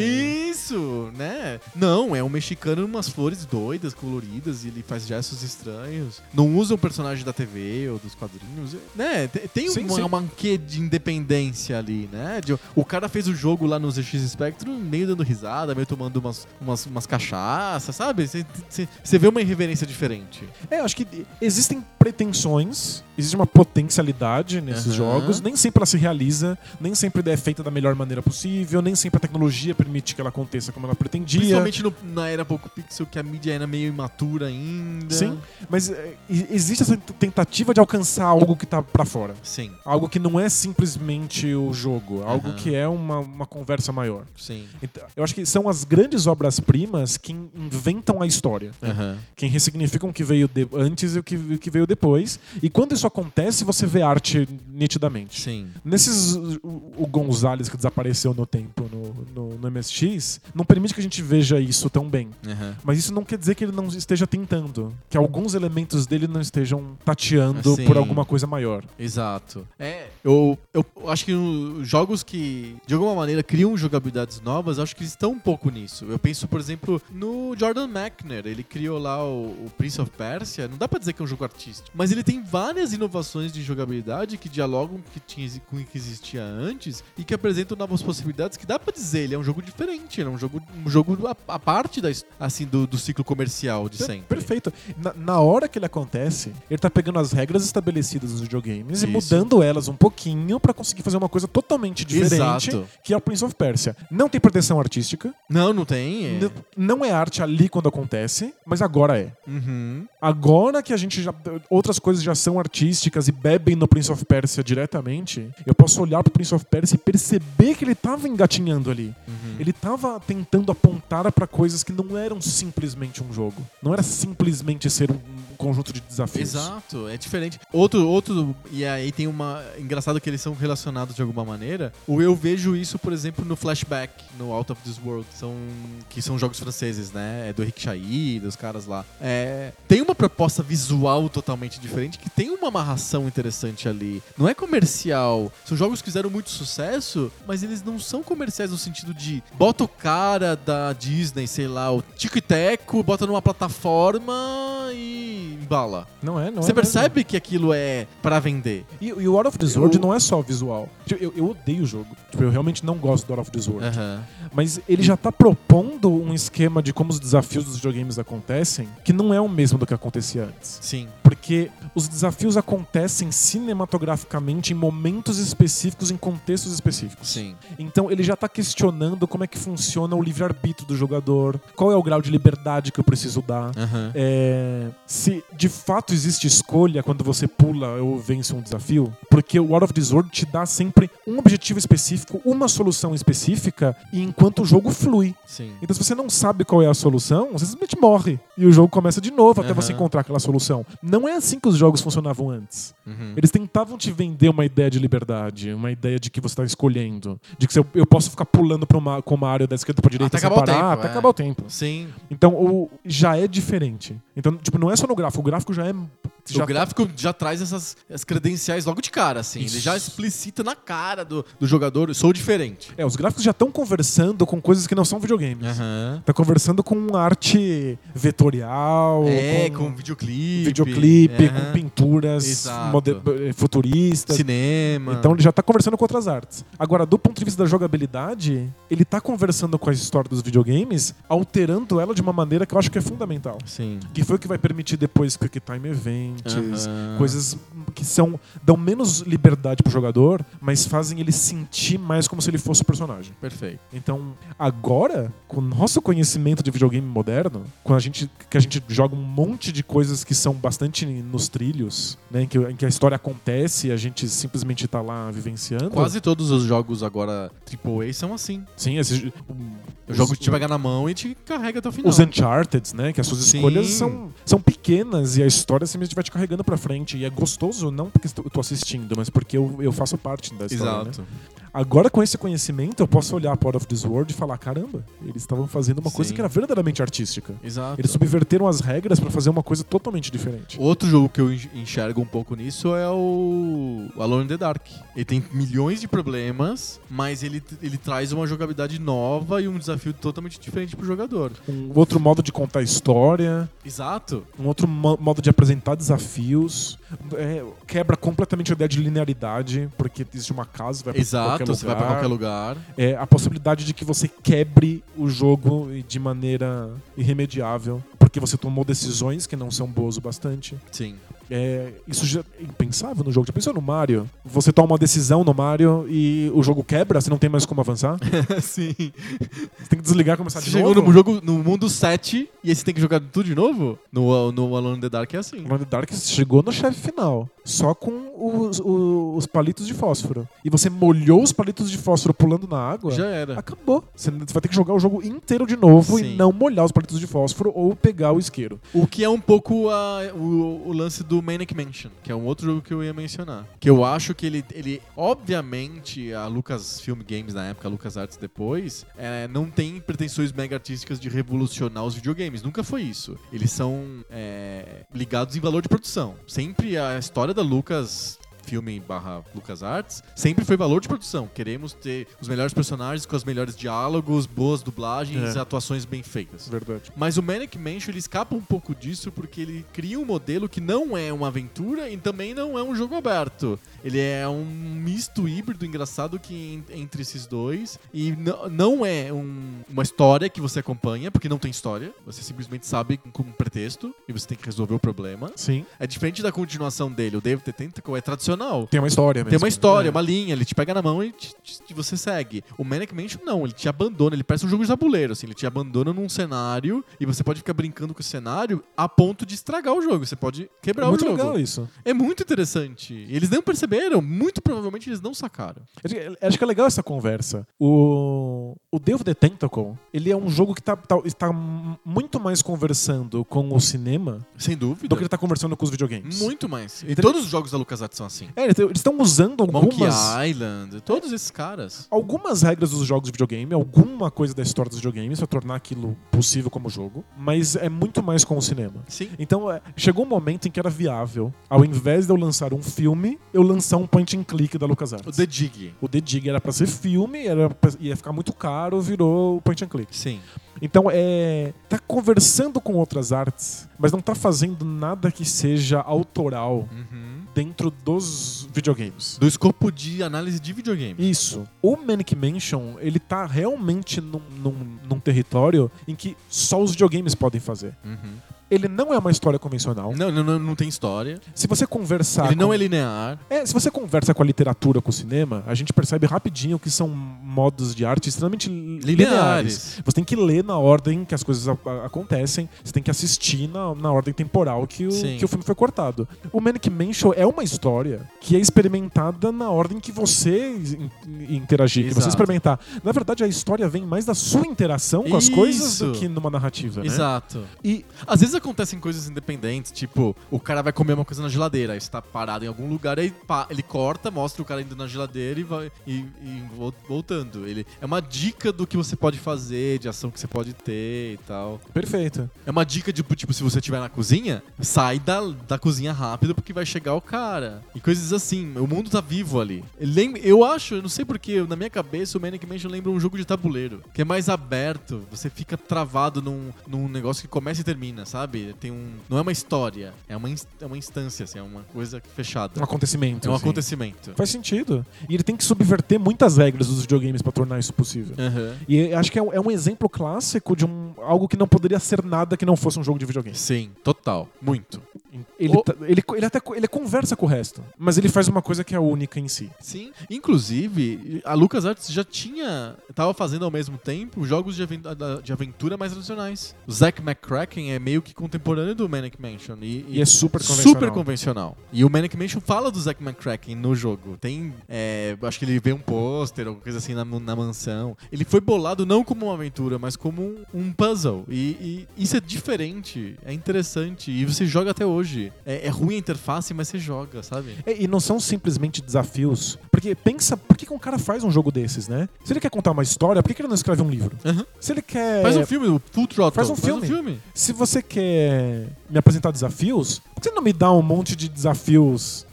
S1: Isso, né? Não, é um mexicano umas flores doidas, coloridas, e ele faz gestos estranhos. Não usa um personagem da TV ou dos quadrinhos. Né? Te- Tem
S2: Sim,
S1: uma,
S2: sim.
S1: uma quê de independência ali, né? De- o cara fez o jogo lá no ZX Spectrum meio dando risada, meio tomando umas, umas, umas cachaças, sabe? Você vê uma irreverência diferente.
S2: É, acho que existem pretensões, existe uma potencialidade nesses
S1: Aham.
S2: jogos, nem sempre ela se realiza, nem sempre é feita da melhor maneira possível, nem sempre a tecnologia permite que ela aconteça como ela pretendia.
S1: Principalmente no- na era pouco pixel, que a mídia era meio imatura ainda.
S2: Sim, mas é, e- existe essa t- tentativa de alcançar algo que tá pra fora.
S1: Sim,
S2: Algo que não é simplesmente o jogo, algo
S1: Aham.
S2: que é uma, uma conversa maior.
S1: sim.
S2: Então, eu acho que são as grandes obras-primas que in- inventam a história. né?
S1: Aham.
S2: quem ressignificam o que veio de- antes e o que, o que veio depois. E quando isso acontece, você vê arte nitidamente.
S1: Sim.
S2: Nesses. O, o Gonzalez que desapareceu no tempo no, no- no MSX, não permite que a gente veja isso tão bem.
S1: Aham.
S2: Mas isso não quer dizer que ele não esteja tentando. Que alguns elementos dele não estejam tateando
S1: Assim.
S2: por alguma coisa maior.
S1: Exato. É, eu, eu acho que o- jogos que, de alguma maneira, criam jogabilidades novas, acho que eles estão um pouco nisso. Eu penso, por exemplo, no Jordan Mechner. Ele criou lá o, o Prince of Persia. Não dá pra dizer que é um jogo artístico, mas ele tem várias inovações de jogabilidade que dialogam que tinha, com o que existia antes e que apresentam novas possibilidades que dá pra dizer. Ele é um jogo diferente, ele é um jogo, um jogo a, a parte da, his- assim, do, do ciclo comercial de
S2: Per-
S1: sempre.
S2: é Perfeito. Na, na hora que ele acontece, ele tá pegando as regras estabelecidas nos videogames
S1: Isso.
S2: e mudando elas um pouquinho pra conseguir fazer uma coisa totalmente diferente,
S1: Exato.
S2: que é o Prince of Persia. Não tem proteção artística,
S1: Não, não tem. é.
S2: n- não é arte ali quando acontece, mas agora é.
S1: Uhum.
S2: Agora que a gente já outras coisas já são artísticas e bebem no Prince of Persia diretamente, eu posso olhar pro Prince of Persia e perceber que ele tava engatinhando ali.
S1: Uhum.
S2: Ele tava tentando apontar pra coisas que não eram simplesmente um jogo. Não era simplesmente ser um um conjunto de desafios.
S1: Exato, é diferente. Outro, outro, e aí tem uma. Engraçado que eles são relacionados de alguma maneira. Ou eu vejo isso, por exemplo, no Flashback, no Out of This World, são, que são jogos franceses, né? É do Rick Chahi, dos caras lá. É, tem uma proposta visual totalmente diferente, que tem uma amarração interessante ali. Não é comercial. São jogos que fizeram muito sucesso, mas eles não são comerciais no sentido de bota o cara da Disney, sei lá, o Tico e Teco, bota numa plataforma e embala.
S2: Não é, não é.
S1: Você
S2: mesmo.
S1: percebe que aquilo é pra vender.
S2: E, e o Out of This World
S1: Eu-
S2: não é só visual. Tipo, eu, eu odeio o jogo. Tipo, eu realmente não gosto do Out of This World.
S1: Aham.
S2: Mas ele já tá propondo um esquema de como os desafios dos videogames acontecem, que não é o mesmo do que acontecia antes.
S1: Sim.
S2: Porque os desafios acontecem cinematograficamente em momentos específicos, em contextos específicos.
S1: Sim.
S2: Então ele já tá questionando como é que funciona o livre-arbítrio do jogador, qual é o grau de liberdade que eu preciso dar.
S1: Aham.
S2: É, se de fato existe escolha quando você pula ou vence um desafio, porque o Out of This World te dá sempre um objetivo específico, uma solução específica, e enquanto o jogo flui.
S1: Sim.
S2: Então, se você não sabe qual é a solução, você simplesmente morre. E o jogo começa de novo até
S1: Aham.
S2: você encontrar aquela solução. Não é assim que os jogos funcionavam antes.
S1: Uhum.
S2: Eles tentavam te vender uma ideia de liberdade, uma ideia de que você tá escolhendo. De que se eu, eu posso ficar pulando pra uma, com uma área da esquerda pra direita
S1: Até
S2: sem
S1: acabar o
S2: parar,
S1: tempo,
S2: até
S1: é.
S2: acabar o tempo.
S1: Sim.
S2: Então o, já é diferente. Então, tipo, não é só no gráfico, o gráfico já é. Já
S1: o gráfico já traz essas as credenciais logo de cara, assim.
S2: Isso.
S1: Ele já explicita na cara do, do jogador, sou diferente.
S2: É, os gráficos já estão conversando com coisas que não são videogames.
S1: Aham.
S2: Tá conversando com arte vetorial,
S1: É,
S2: com,
S1: com videoclipe. é.
S2: videoclipe,
S1: aham.
S2: com pinturas
S1: Exato.
S2: mode- eh, futuristas.
S1: Cinema.
S2: Então ele já tá conversando com outras artes. Agora, do ponto de vista da jogabilidade, ele tá conversando com a história dos videogames, alterando ela de uma maneira que eu acho que é fundamental.
S1: Sim.
S2: Que foi o que vai permitir depois Quick Time Events,
S1: Aham.
S2: coisas que são dão menos liberdade pro jogador, mas fazem ele sentir mais como se ele fosse o personagem.
S1: Perfeito.
S2: Então, agora, com o nosso conhecimento de videogame moderno, quando a gente que a gente joga um monte de coisas que são bastante nos trilhos, né, em que, em que a história acontece e a gente simplesmente tá lá vivenciando.
S1: Quase todos os jogos agora AAA são assim.
S2: Sim, esse,
S1: O jogo te pega na mão e te carrega até o final.
S2: os Uncharted, né? Que as suas
S1: Sim.
S2: escolhas são, são pequenas e a história simplesmente vai te carregando pra frente. E é gostoso, não porque estou- eu tô assistindo, mas porque eu, eu faço parte da história. né?
S1: Exato.
S2: Agora, com esse conhecimento, eu posso olhar para Out of This World e falar: caramba, eles estavam fazendo uma coisa
S1: Sim.
S2: que era verdadeiramente artística.
S1: Exato.
S2: Eles subverteram as regras pra fazer uma coisa totalmente diferente.
S1: Outro jogo que eu enx- enxergo um pouco nisso é o Alone in the Dark. Ele tem milhões de problemas, mas ele, ele traz uma jogabilidade nova e um desafio totalmente diferente pro jogador.
S2: Um outro modo de contar história,
S1: Exato.
S2: um outro mo- modo de apresentar desafios. É, quebra completamente a ideia de linearidade, porque existe uma casa, vai pra
S1: Exato,
S2: qualquer
S1: você vai pra qualquer lugar.
S2: É, a possibilidade de que você quebre o jogo de maneira irremediável, porque você tomou decisões que não são boas o bastante.
S1: Sim.
S2: É, isso já é impensável no jogo. Já pensou no Mario? Você toma uma decisão no Mario e o jogo quebra, você não tem mais como avançar?
S1: Sim.
S2: Você tem que desligar e começar
S1: Você
S2: Tá de
S1: chegou
S2: novo?
S1: no jogo no mundo 7 e aí você tem que jogar tudo de novo? No, no Alone in the Dark é assim.
S2: Alone in the Dark chegou no chefe final, só com os, os- os palitos de fósforo. E você molhou os palitos de fósforo pulando na água.
S1: Já era.
S2: Acabou. Você você vai ter que jogar o jogo inteiro de novo
S1: Sim.
S2: e não molhar os palitos de fósforo ou pegar o isqueiro.
S1: O que é um pouco a- o, o lance do Manic Mansion, que é um outro jogo que eu ia mencionar. Que eu acho que ele, ele obviamente, a Lucasfilm Games na época, a LucasArts depois, é, não tem pretensões mega artísticas de revolucionar os videogames. Nunca foi isso. Eles são é, ligados em valor de produção. Sempre a história da Lucas filme barra LucasArts, sempre foi valor de produção. Queremos ter os melhores personagens com os melhores diálogos, boas dublagens,
S2: É.
S1: atuações bem feitas.
S2: Verdade.
S1: Mas o Manic Mansion ele escapa um pouco disso porque ele cria um modelo que não é uma aventura e também não é um jogo aberto. Ele é um misto híbrido engraçado que en- entre esses dois e n- não é um- uma história que você acompanha porque não tem história. Você simplesmente sabe com um pretexto e você tem que resolver o problema.
S2: Sim.
S1: É diferente da continuação dele. O David The Tentacle é tradicional.
S2: Tem uma história mesmo.
S1: Tem uma história,
S2: É.
S1: uma linha, ele te pega na mão e te- te- te- você segue. O Manic Mansion não, ele te abandona, ele parece um jogo de tabuleiro, assim, ele te abandona num cenário e você pode ficar brincando com o cenário a ponto de estragar o jogo, você pode quebrar
S2: É muito
S1: o jogo.
S2: legal isso.
S1: É muito interessante. E Eles não perceberam, muito provavelmente eles não sacaram.
S2: Acho que- Acho que é legal essa conversa. O, o Devil the Tentacle, ele é um jogo que tá, tá, está m- muito mais conversando com o cinema
S1: Sem dúvida.
S2: do que ele tá conversando com os videogames.
S1: Muito mais. E
S2: Então-
S1: todos os jogos da LucasArts são assim.
S2: É, eles estão usando
S1: Monkey
S2: algumas,
S1: Island, todos esses caras.
S2: algumas regras dos jogos de videogame, alguma coisa da história dos videogames pra tornar aquilo possível como jogo, mas é muito mais com o cinema.
S1: Sim.
S2: Então, é, chegou um momento em que era viável, ao invés de eu lançar um filme, eu lançar um point and click da LucasArts.
S1: O The Dig.
S2: O The Dig era pra ser filme, era pra- ia ficar muito caro, virou point and click.
S1: Sim.
S2: Então é. tá conversando com outras artes, mas não tá fazendo nada que seja autoral dentro dos videogames.
S1: Uhum. Do escopo de análise de videogame.
S2: Isso. O Manic Mansion, ele tá realmente num, num- num território em que só os videogames podem fazer.
S1: Uhum.
S2: Ele não é uma história convencional.
S1: Não, não, não, não tem história.
S2: Se você conversar.
S1: Ele não
S2: com-
S1: é linear.
S2: É, se você conversa com a literatura, com o cinema, a gente percebe rapidinho que são modos de arte extremamente lineares.
S1: Lineares.
S2: Você tem que ler na ordem que as coisas a- a- acontecem, você tem que assistir na, na ordem temporal que o,
S1: Sim.
S2: que o filme foi cortado. O Manic Mansion é uma história que é experimentada na ordem que você in- in- interagir, que você
S1: Exato.
S2: experimentar. Na verdade, a história vem mais da sua interação com as coisas do
S1: Isso.
S2: que numa narrativa, né?
S1: Exato.
S2: E
S1: Às vezes acontecem coisas independentes, tipo, o cara vai comer uma coisa na geladeira, aí você tá parado em algum lugar, aí pá, ele corta, mostra o cara indo na geladeira e vai e, e vol- voltando. Ele é uma dica do que você pode fazer, de ação que você pode ter e tal.
S2: perfeito.
S1: É uma dica de, tipo, se você estiver na cozinha, sai da, da cozinha rápido porque vai chegar o cara. E coisas assim, o mundo tá vivo ali. Lem- Eu acho, eu não sei porquê, na minha cabeça o Manic Mansion lembra um jogo de tabuleiro, que é mais aberto, você fica travado num, num negócio que começa e termina, sabe? Tem um, não é uma história, é uma, ins- é uma instância, assim, é uma coisa fechada.
S2: Um acontecimento.
S1: É um
S2: assim.
S1: acontecimento.
S2: Faz sentido. E ele tem que subverter muitas regras dos videogames pra tornar isso possível.
S1: Aham.
S2: E eu acho que é um, é um exemplo clássico de um, algo que não poderia ser nada que não fosse um jogo de videogame.
S1: Sim, total. Muito.
S2: Ele,
S1: O-
S2: tá- ele, co- ele até co- ele conversa com o resto, mas ele faz uma coisa que é única em si.
S1: Sim, inclusive a LucasArts já tinha, tava fazendo ao mesmo tempo jogos de, aven- da- de aventura mais tradicionais. O Zack McCracken é meio que contemporâneo do Manic Mansion e,
S2: E é super convencional.
S1: super convencional. E o Manic Mansion fala do Zack McCracken no jogo. Tem, é, acho que ele vê um pôster, alguma coisa assim na, na mansão. Ele foi bolado não como uma aventura, mas como um, um puzzle. E, e isso é diferente, é interessante e você joga até hoje. É, é ruim a interface, mas você joga, sabe?
S2: É, E não são simplesmente desafios. Porque pensa, por que, que um cara faz um jogo desses, né? Se ele quer contar uma história, por que, que ele não escreve um livro?
S1: Aham.
S2: Se ele quer.
S1: Faz um filme, o Full Throttle.
S2: É. Faz um filme.
S1: filme.
S2: Se você quer me apresentar desafios, por que você não me dá um monte de desafios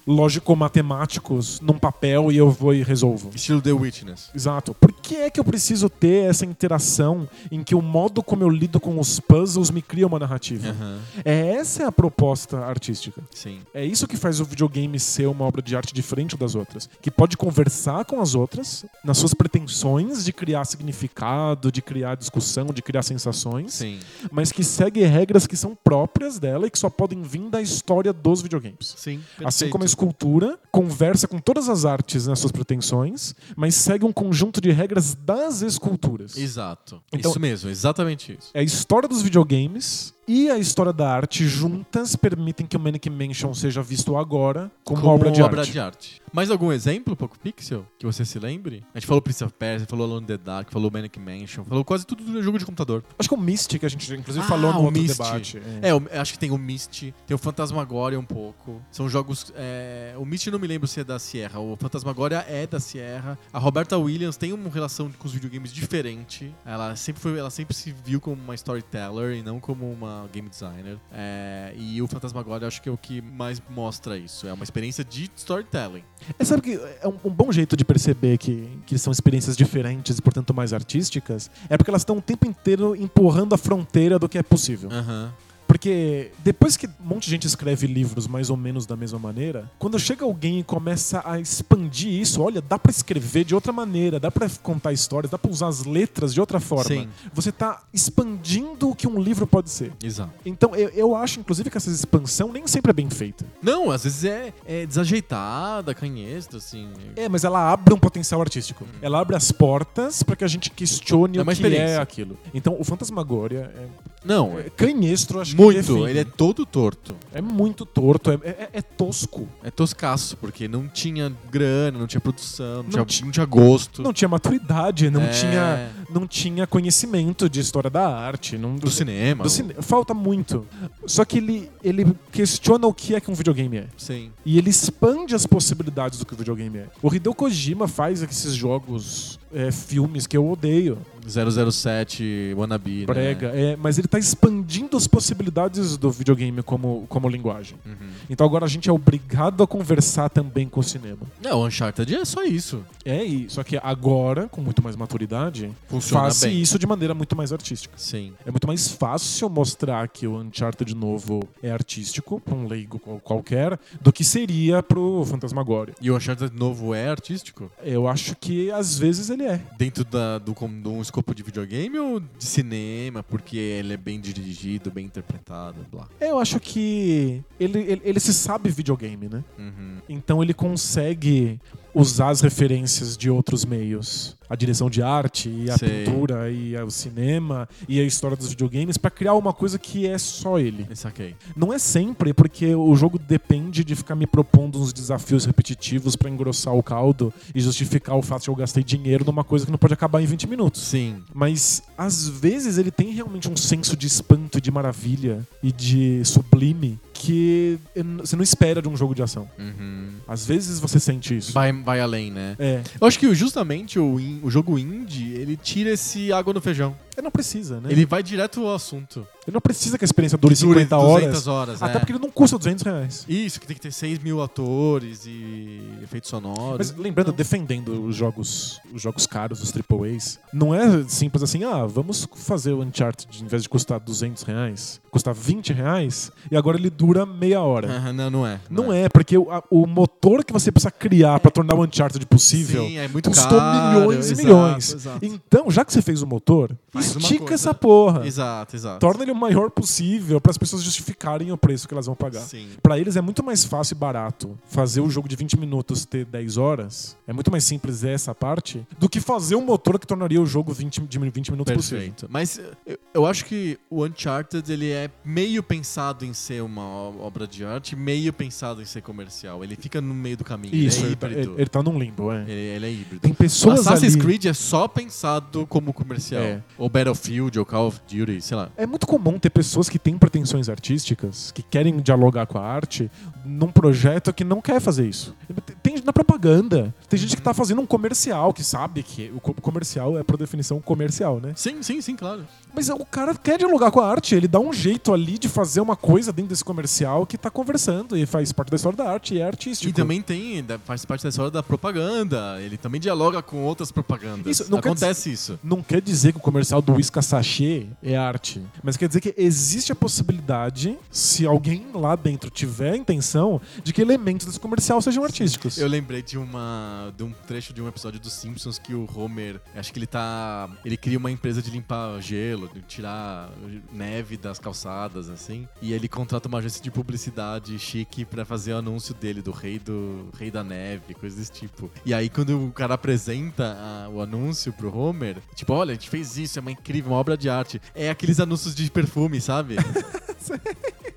S2: lógico-matemáticos num papel e eu vou e resolvo?
S1: Estilo The Witness.
S2: Exato. Por que é que eu preciso ter essa interação em que o modo como eu lido com os puzzles me cria uma narrativa?
S1: Uhum.
S2: É essa é a proposta artística.
S1: Sim.
S2: É isso que faz o videogame ser uma obra de arte diferente das outras, que pode conversar com as outras nas suas pretensões de criar significado, de criar discussão, de criar sensações,
S1: Sim.
S2: mas que segue regras que são próprias dela e que só podem vir da história dos videogames.
S1: Sim.
S2: Assim
S1: perfeito.
S2: como a escultura conversa com todas as artes nas suas pretensões, mas segue um conjunto de regras das esculturas.
S1: Exato.
S2: Então-
S1: isso mesmo, exatamente isso.
S2: É a história dos videogames e a história da arte juntas permitem que o Manic Mansion seja visto agora como, uma obra de arte.
S1: Mais algum exemplo, Poco Pixel, que você se lembre? A gente falou Prince of Persia, falou Alone in the Dark, falou Manic Mansion, falou quase tudo do jogo de computador.
S2: Acho que é o Mystic a gente inclusive
S1: Ah,
S2: falou no
S1: o
S2: outro
S1: Myst.
S2: debate.
S1: É, eu acho que tem o Myst, tem o Fantasmagoria um pouco. São jogos. é, o Myst eu não me lembro se é da Sierra, o Fantasmagoria é da Sierra. A Roberta Williams tem uma relação com os videogames diferente. Ela sempre, foi, ela sempre se viu como uma storyteller e não como uma game designer. É, e o Fantasmagoria eu acho que é o que mais mostra isso. É uma experiência de storytelling.
S2: É, sabe que é um, um bom jeito de perceber que, que são experiências diferentes e, portanto, mais artísticas? É porque elas estão o tempo inteiro empurrando a fronteira do que é possível.
S1: Aham.
S2: Porque depois que um monte de gente escreve livros mais ou menos da mesma maneira, quando chega alguém e começa a expandir isso, olha, dá pra escrever de outra maneira, dá pra contar histórias, dá pra usar as letras de outra forma.
S1: Sim.
S2: Você tá expandindo o que um livro pode ser.
S1: Exato.
S2: Então eu, eu acho, inclusive, que essa expansão nem sempre é bem feita.
S1: Não, às vezes é, é desajeitada, canhestra, assim.
S2: É, mas ela abre um potencial artístico. Ela abre as portas pra que a gente questione
S1: Hum. É
S2: o
S1: uma
S2: que é
S1: experiência.
S2: aquilo. Então, o Fantasmagoria é,
S1: Não,
S2: é canhestro, acho que
S1: muito.
S2: define.
S1: Ele é todo torto.
S2: é muito torto, é- é- é tosco.
S1: É toscaço, porque não tinha grana, não tinha produção, não,
S2: Não
S1: tinha,
S2: ti-
S1: não tinha gosto.
S2: Não tinha maturidade, não,
S1: É.
S2: tinha, não tinha conhecimento de história da arte. Não,
S1: do cinema.
S2: do cine- Falta muito. Só que ele, ele questiona o que é que um videogame é.
S1: Sim.
S2: E ele expande as possibilidades do que o videogame é. O Hideo Kojima faz esses jogos é, filmes que eu odeio.
S1: 007 Wannabe.
S2: Prega,
S1: Né?
S2: é, mas ele tá expandindo as possibilidades do videogame como, como linguagem.
S1: Uhum.
S2: Então agora a gente é obrigado a conversar também com o cinema.
S1: Não, Uncharted é só isso.
S2: É isso. Só que agora, com muito mais maturidade,
S1: Funciona
S2: faz
S1: bem.
S2: isso de maneira muito mais artística.
S1: Sim.
S2: É muito mais fácil mostrar que o Uncharted novo é artístico, pra um leigo qual- qualquer, do que seria pro Fantasmagória.
S1: E o Uncharted novo é artístico?
S2: Eu acho que às vezes ele é.
S1: Dentro da, do, com- de um escopo de videogame ou de cinema? Porque ele é bem dirigido, bem interpretado, blá.
S2: É, Eu acho que ele, ele, ele se sabe videogame, né?
S1: Uhum.
S2: Então ele consegue usar as referências de outros meios. A direção de arte, e a
S1: Sei.
S2: pintura, e o cinema, e a história dos videogames pra criar uma coisa que é só ele.
S1: Eu saquei.
S2: Não é sempre, porque o jogo depende de ficar me propondo uns desafios repetitivos pra engrossar o caldo e justificar o fato de eu gastei dinheiro numa coisa que não pode acabar em 20 minutos.
S1: Sim.
S2: Mas às vezes ele tem realmente um senso de espanto, e de maravilha e de sublime que eu n- você não espera de um jogo de ação.
S1: Uhum.
S2: Às vezes você sente isso.
S1: Vai, vai além, né?
S2: É,
S1: Eu acho que justamente o, in- o jogo indie, ele tira esse água no feijão.
S2: ele não precisa, né? Ele,
S1: Ele vai direto ao assunto.
S2: não precisa que a experiência dure 50 horas. né?
S1: 200 horas,
S2: Até
S1: é.
S2: porque ele não custa 200 reais.
S1: Isso, que tem que ter 6 mil atores e efeitos sonoros.
S2: Mas lembrando, defendendo os jogos, os jogos caros, os AAAs, não é simples assim, ah, vamos fazer o Uncharted, em vez de custar 200 reais, custar 20 reais, e agora ele dura meia hora.
S1: Aham, não, não é.
S2: Não é, porque o, a- o motor que você precisa criar pra tornar o Uncharted possível
S1: Sim, é muito
S2: custou
S1: caro,
S2: milhões e
S1: exato,
S2: milhões.
S1: exato.
S2: Então, já que você fez o motor,
S1: Faz uma
S2: estica
S1: coisa.
S2: essa porra.
S1: Exato, exato.
S2: Torna ele o maior possível para as pessoas justificarem o preço que elas vão pagar.
S1: Sim.
S2: Pra eles é muito mais fácil e barato fazer o jogo de 20 minutos ter 10 horas. É muito mais simples essa parte do que fazer um motor que tornaria o jogo 20, de 20 minutos possível.
S1: Perfeito. Mas eu, eu acho que o Uncharted ele é meio pensado em ser uma o- obra de arte, meio pensado em ser comercial. Ele fica no meio do caminho.
S2: Isso,
S1: ele é
S2: ele, tá-
S1: híbrido.
S2: ele, ele tá num limbo, é.
S1: Ele- ele é híbrido.
S2: Tem pessoas
S1: Assassin's
S2: ali...
S1: Creed é só pensado como comercial.
S2: É.
S1: Ou Battlefield, ou Call of Duty, sei lá.
S2: É muito comum ter pessoas que têm pretensões artísticas, que querem dialogar com a arte, num projeto que não quer fazer isso. Tem gente na propaganda, tem gente que tá fazendo um comercial, que sabe que o co- comercial é, por definição, comercial, né?
S1: Sim, sim, sim, claro.
S2: Mas o cara quer dialogar com a arte, ele dá um jeito ali de fazer uma coisa dentro desse comercial que tá conversando e faz parte da história da arte e é artístico.
S1: E também tem, da- faz parte da história da propaganda. Ele também dialoga com outras propagandas.
S2: Isso, não quer
S1: Acontece isso.
S2: não quer dizer que o comercial do Whisca Sachê é arte, mas quer dizer que existe a possibilidade, se alguém lá dentro tiver a intenção, de que elementos desse comercial sejam artísticos.
S1: Eu lembrei de uma de um trecho de um episódio dos Simpsons que o Homer, acho que ele tá, ele cria uma empresa de limpar gelo, de tirar neve das calçadas assim, e ele contrata uma agência de publicidade chique pra fazer o anúncio dele do rei do rei da neve, coisas desse tipo. E aí quando o cara apresenta a- o anúncio pro Homer, tipo, olha, a gente fez isso, é uma incrível uma obra de arte. É aqueles anúncios de perfume, sabe?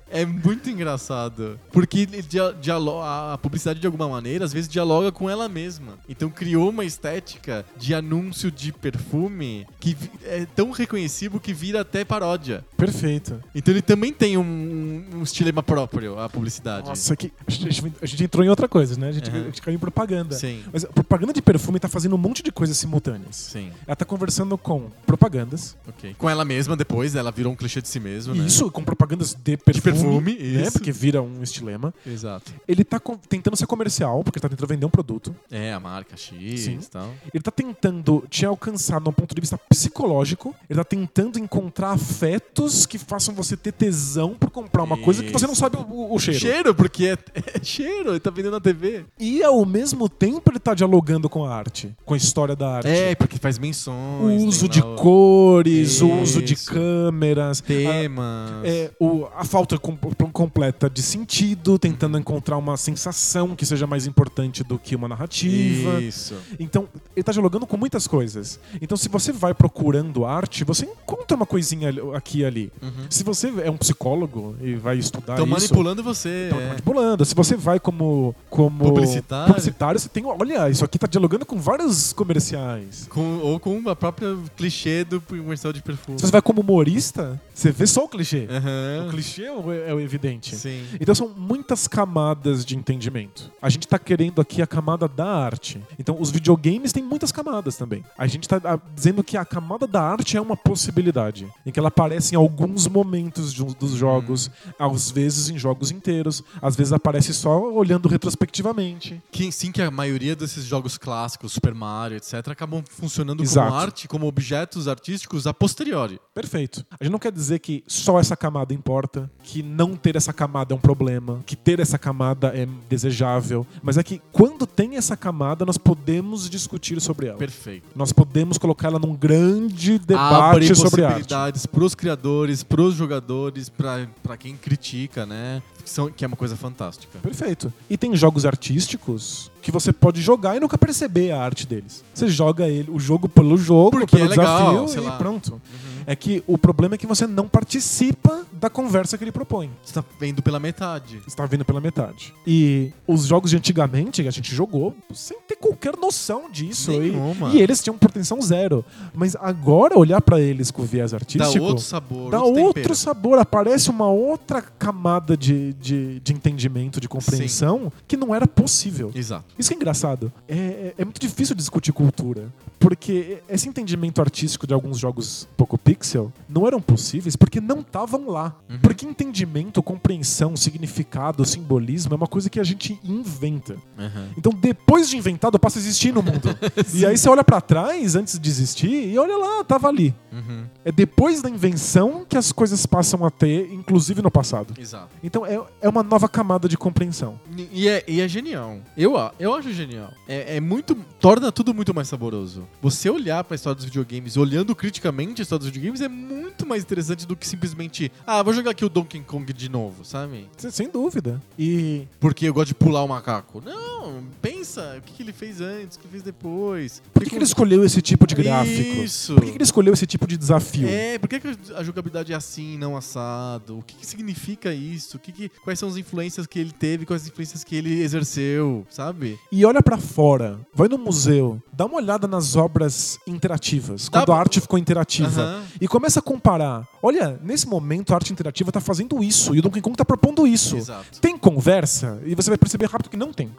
S1: É muito engraçado. Porque ele dia- dialo- a a publicidade, de alguma maneira, às vezes dialoga com ela mesma. Então criou uma estética de anúncio de perfume que vi- é tão reconhecível que vira até paródia.
S2: Perfeito.
S1: Então ele também tem um, um, um estilema próprio, a publicidade.
S2: Nossa, que... a, gente, a gente entrou em outra coisa, né? A gente,
S1: Uhum.
S2: a gente caiu em propaganda.
S1: Sim,
S2: Mas a propaganda de perfume tá fazendo um monte de coisas simultâneas.
S1: sim,
S2: Ela tá conversando com propagandas,
S1: ok. Com ela mesma depois, ela virou um clichê de si mesma, né?
S2: isso com propagandas de perfume,
S1: perfume,
S2: né?
S1: isso.
S2: Porque vira um estilema.
S1: Exato.
S2: Ele tá co- tentando ser comercial, porque ele tá tentando vender um produto.
S1: É, a marca X
S2: Sim.
S1: e tal.
S2: Ele tá tentando te alcançar num ponto de vista psicológico. Ele tá tentando encontrar afetos que façam você ter tesão por comprar uma coisa que você não
S1: Isso.
S2: sabe o- o, o cheiro.
S1: Cheiro, porque é, é cheiro, ele tá vendendo na TV.
S2: E ao mesmo tempo ele tá dialogando com a arte, com a história da arte.
S1: É, porque faz
S2: o
S1: menções. tem
S2: uso
S1: lá
S2: de
S1: o-
S2: cores, o uso de
S1: Isso.
S2: câmeras. a-
S1: temas.
S2: É, o- a falta com- completa de sentido, tentando encontrar uma sensação que seja mais importante do que uma narrativa.
S1: Isso.
S2: Então, ele tá dialogando com muitas coisas. Então, se você vai procurando arte, você encontra uma coisinha ali- aqui e ali. Se você é um psicólogo e vai estudar
S1: Estão
S2: isso...
S1: manipulando você.
S2: Estão
S1: é.
S2: manipulando. Se você vai como, como
S1: Publicitário.
S2: publicitário, você tem. Olha, isso aqui tá dialogando com vários comerciais.
S1: Com- ou com a própria clichê do comercial de perfume.
S2: Se você vai como humorista, você vê só o clichê.
S1: Aham.
S2: O clichê é o, é o evidente.
S1: Sim.
S2: Então são muitas camadas de entendimento. A gente tá querendo aqui a camada da arte. Então os videogames têm muitas camadas também. A gente tá ah, dizendo que a camada da arte é uma possibilidade, em que ela aparece em alguns momentos de um- dos jogos, às vezes em jogos inteiros, às vezes aparece só olhando retrospectivamente.
S1: Que, sim, que a maioria desses jogos clássicos, Super Mario, etc., acabam funcionando
S2: Exato.
S1: como arte, como objetos artísticos a posteriori.
S2: Perfeito. A gente não quer dizer que só essa camada importa, que não ter essa camada é um problema, que ter essa camada é desejável, mas é que quando tem essa camada, nós podemos discutir sobre ela.
S1: Perfeito.
S2: Nós podemos colocar ela num grande debate
S1: Abre
S2: sobre arte.
S1: possibilidades pros criadores, pros jogadores, pra pra quem critica, né? Que, são- que é uma coisa fantástica.
S2: Perfeito. E tem jogos artísticos que você pode jogar e nunca perceber a arte deles. Você joga ele, o jogo pelo jogo,
S1: Porque
S2: pelo
S1: é legal,
S2: desafio
S1: sei
S2: e
S1: lá.
S2: pronto. É que o problema é que você não participa da conversa que ele propõe.
S1: Você tá vendo pela metade.
S2: está vindo pela metade. E os jogos de antigamente que a gente jogou sem ter qualquer noção disso. E,
S1: Nenhuma.
S2: e eles tinham pretensão zero. Mas agora olhar pra eles com viés
S1: Dá
S2: artístico
S1: outro sabor,
S2: dá
S1: outro,
S2: outro
S1: tempero.
S2: sabor, aparece uma outra camada de, de, de entendimento, de compreensão que não era possível.
S1: Exato.
S2: Isso que é engraçado. É, é- é muito difícil discutir cultura. Porque esse entendimento artístico de alguns jogos pouco pixel não eram possíveis porque não estavam lá.
S1: Uhum.
S2: Porque entendimento, compreensão, significado, simbolismo é uma coisa que a gente inventa.
S1: Aham.
S2: Então, depois de inventado, passa a existir no mundo. e aí você olha pra trás antes de existir e olha lá, tava ali.
S1: Uhum.
S2: É depois da invenção que as coisas passam a ter, inclusive no passado.
S1: Exato.
S2: Então é, é uma nova camada de compreensão.
S1: E é, e é genial. Eu, a- eu acho genial. É, é muito. Torna tudo muito mais saboroso. Você olhar pra história dos videogames, olhando criticamente a história dos videogames, é muito mais interessante do que simplesmente. Ah, vou jogar aqui o Donkey Kong de novo, sabe?
S2: Se- Sem dúvida. E
S1: Porque eu gosto de pular o macaco. Não, pensa o que, que ele fez antes, o que ele fez depois.
S2: por que, que ele escolheu esse tipo de gráfico?
S1: um Isso.
S2: Por que, que ele escolheu esse tipo de desafio?
S1: É, por que, que a jogabilidade é assim, não assado? O que, que significa isso? O que que- quais são as influências que ele teve, quais as influências que ele exerceu, sabe?
S2: E olha pra fora, vai no museu, dá uma olhada nas obras interativas,
S1: Dá
S2: quando
S1: pra-
S2: a arte ficou interativa.
S1: Aham.
S2: E começa a comparar. Olha, nesse momento a arte interativa tá fazendo isso e o Donkey Kong tá propondo isso.
S1: Exato.
S2: Tem conversa e você vai perceber rápido que não tem.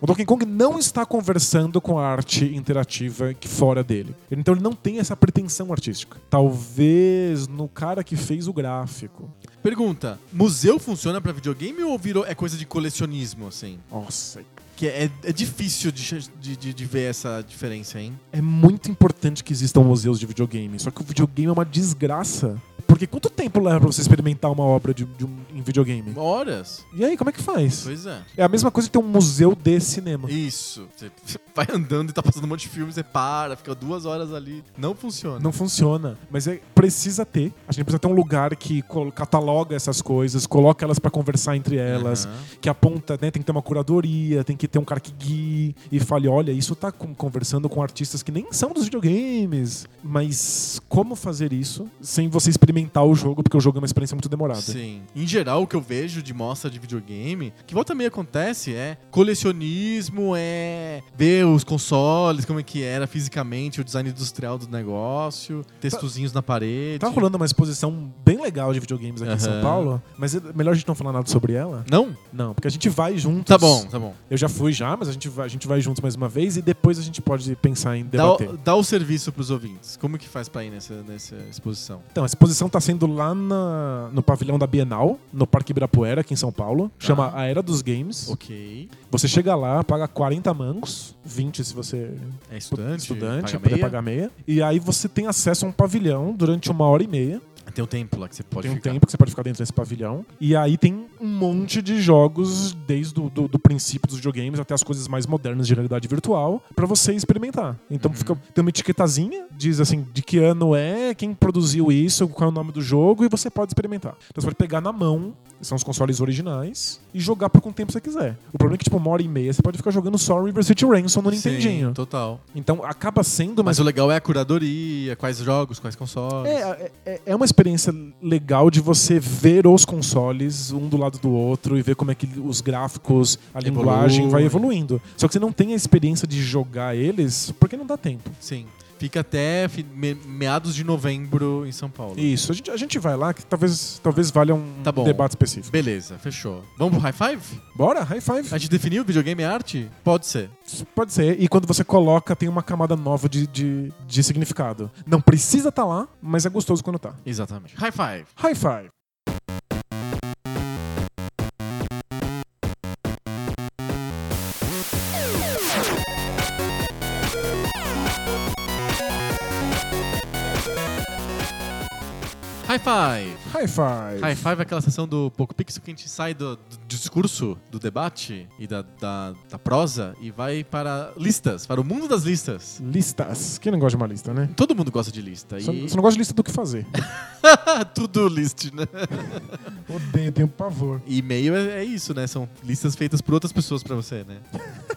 S2: O Donkey Kong não está conversando com a arte interativa que fora dele. Então ele não tem essa pretensão artística. Talvez no cara que fez o gráfico.
S1: Pergunta: museu funciona pra videogame ou virou é coisa de colecionismo, assim?
S2: Nossa,
S1: Que é, é difícil de, ch- de, de- de ver essa diferença, hein?
S2: é muito importante que existam museus de videogame. Só que o videogame é uma desgraça. Porque quanto tempo leva pra você experimentar uma obra de, de um, em videogame?
S1: Horas?
S2: E aí, como é que faz?
S1: Pois é.
S2: É a mesma coisa que ter um museu de cinema.
S1: Isso. Você vai andando e tá passando um monte de filme, você para, fica duas horas ali. Não funciona.
S2: Não funciona. Mas é, precisa ter. A gente precisa ter um lugar que col- cataloga essas coisas, coloca elas pra conversar entre elas,
S1: Aham.
S2: que aponta, né? Tem que ter uma curadoria, tem que ter um cara que guie e fale: olha, isso tá com- conversando com artistas que nem são dos videogames. Mas como fazer isso sem você experimentar o jogo, porque o jogo é uma experiência muito demorada.
S1: Sim. Em geral, o que eu vejo de mostra de videogame, que volta e meia acontece, é colecionismo, é ver os consoles, como é que era fisicamente, o design industrial do negócio, textuzinhos na parede.
S2: Tá rolando uma exposição bem legal de videogames aqui em São
S1: Aham.
S2: Paulo, mas é melhor a gente não falar nada sobre ela?
S1: Não?
S2: Não, porque a gente vai juntos.
S1: Tá bom, tá bom.
S2: Eu já fui já, mas a gente vai, a gente vai juntos mais uma vez e depois a gente pode pensar em
S1: Dá
S2: debater.
S1: o, dá o serviço pros ouvintes. Como que faz pra ir nessa, nessa exposição?
S2: Então, a exposição tá sendo lá na- no pavilhão da Bienal, no Parque Ibirapuera, aqui em São Paulo. Chama
S1: Ah.
S2: A Era dos Games.
S1: Ok.
S2: Você chega lá, paga 40 mangos, 20 se você
S1: É
S2: é
S1: estudante?
S2: estudante,
S1: paga
S2: pra poder
S1: meia?
S2: pagar meia. E aí você tem acesso a um pavilhão durante uma hora e meia.
S1: Tem um tempo lá que você pode
S2: tem um
S1: ficar.
S2: tempo que você pode ficar dentro desse pavilhão. E aí tem um monte de jogos, desde o do, do princípio dos
S1: Uhum.
S2: videogames até as coisas mais modernas de realidade virtual, pra você experimentar. Então fica, tem uma etiquetazinha diz assim de que ano é, quem produziu isso, qual é o nome do jogo e você pode experimentar. Então você pode pegar na mão, são os consoles originais, e jogar por quanto tempo você quiser. O problema é que, tipo, uma hora e meia você pode ficar jogando só River City Ransom no Nintendinho.
S1: Sim, total.
S2: Então acaba sendo uma
S1: Mas o legal é a curadoria, quais jogos, quais consoles.
S2: é, é, é uma experiência legal de você ver os consoles um do lado do outro e ver como é que os gráficos, a
S1: Evolui.
S2: linguagem vai evoluindo. Só que você não tem a experiência de jogar eles porque não dá tempo.
S1: Sim. Fica até fi- me- meados de novembro em São Paulo.
S2: Isso, a gente, a gente vai lá que talvez, talvez valha um
S1: Tá bom.
S2: debate específico.
S1: Beleza, fechou. Vamos pro high five?
S2: Bora, high five.
S1: A gente definiu videogame é arte? Pode ser.
S2: Pode ser. E quando você coloca, tem uma camada nova de, de, de significado. Não precisa estar lá, mas é gostoso quando tá.
S1: Exatamente. High five.
S2: High five.
S1: High five.
S2: High five.
S1: High five é aquela sessão do Poco Pixel que a gente sai do, do discurso, do debate e da, da, da prosa e vai para listas, para o mundo das listas.
S2: Listas. Quem não gosta de uma lista, né?
S1: Todo mundo gosta de lista.
S2: Só,
S1: E... é
S2: só não gosta de lista do que fazer.
S1: Tudo list, né?
S2: Odeio, tenho pavor.
S1: E-mail é, é isso, né? São listas feitas por outras pessoas pra você, né?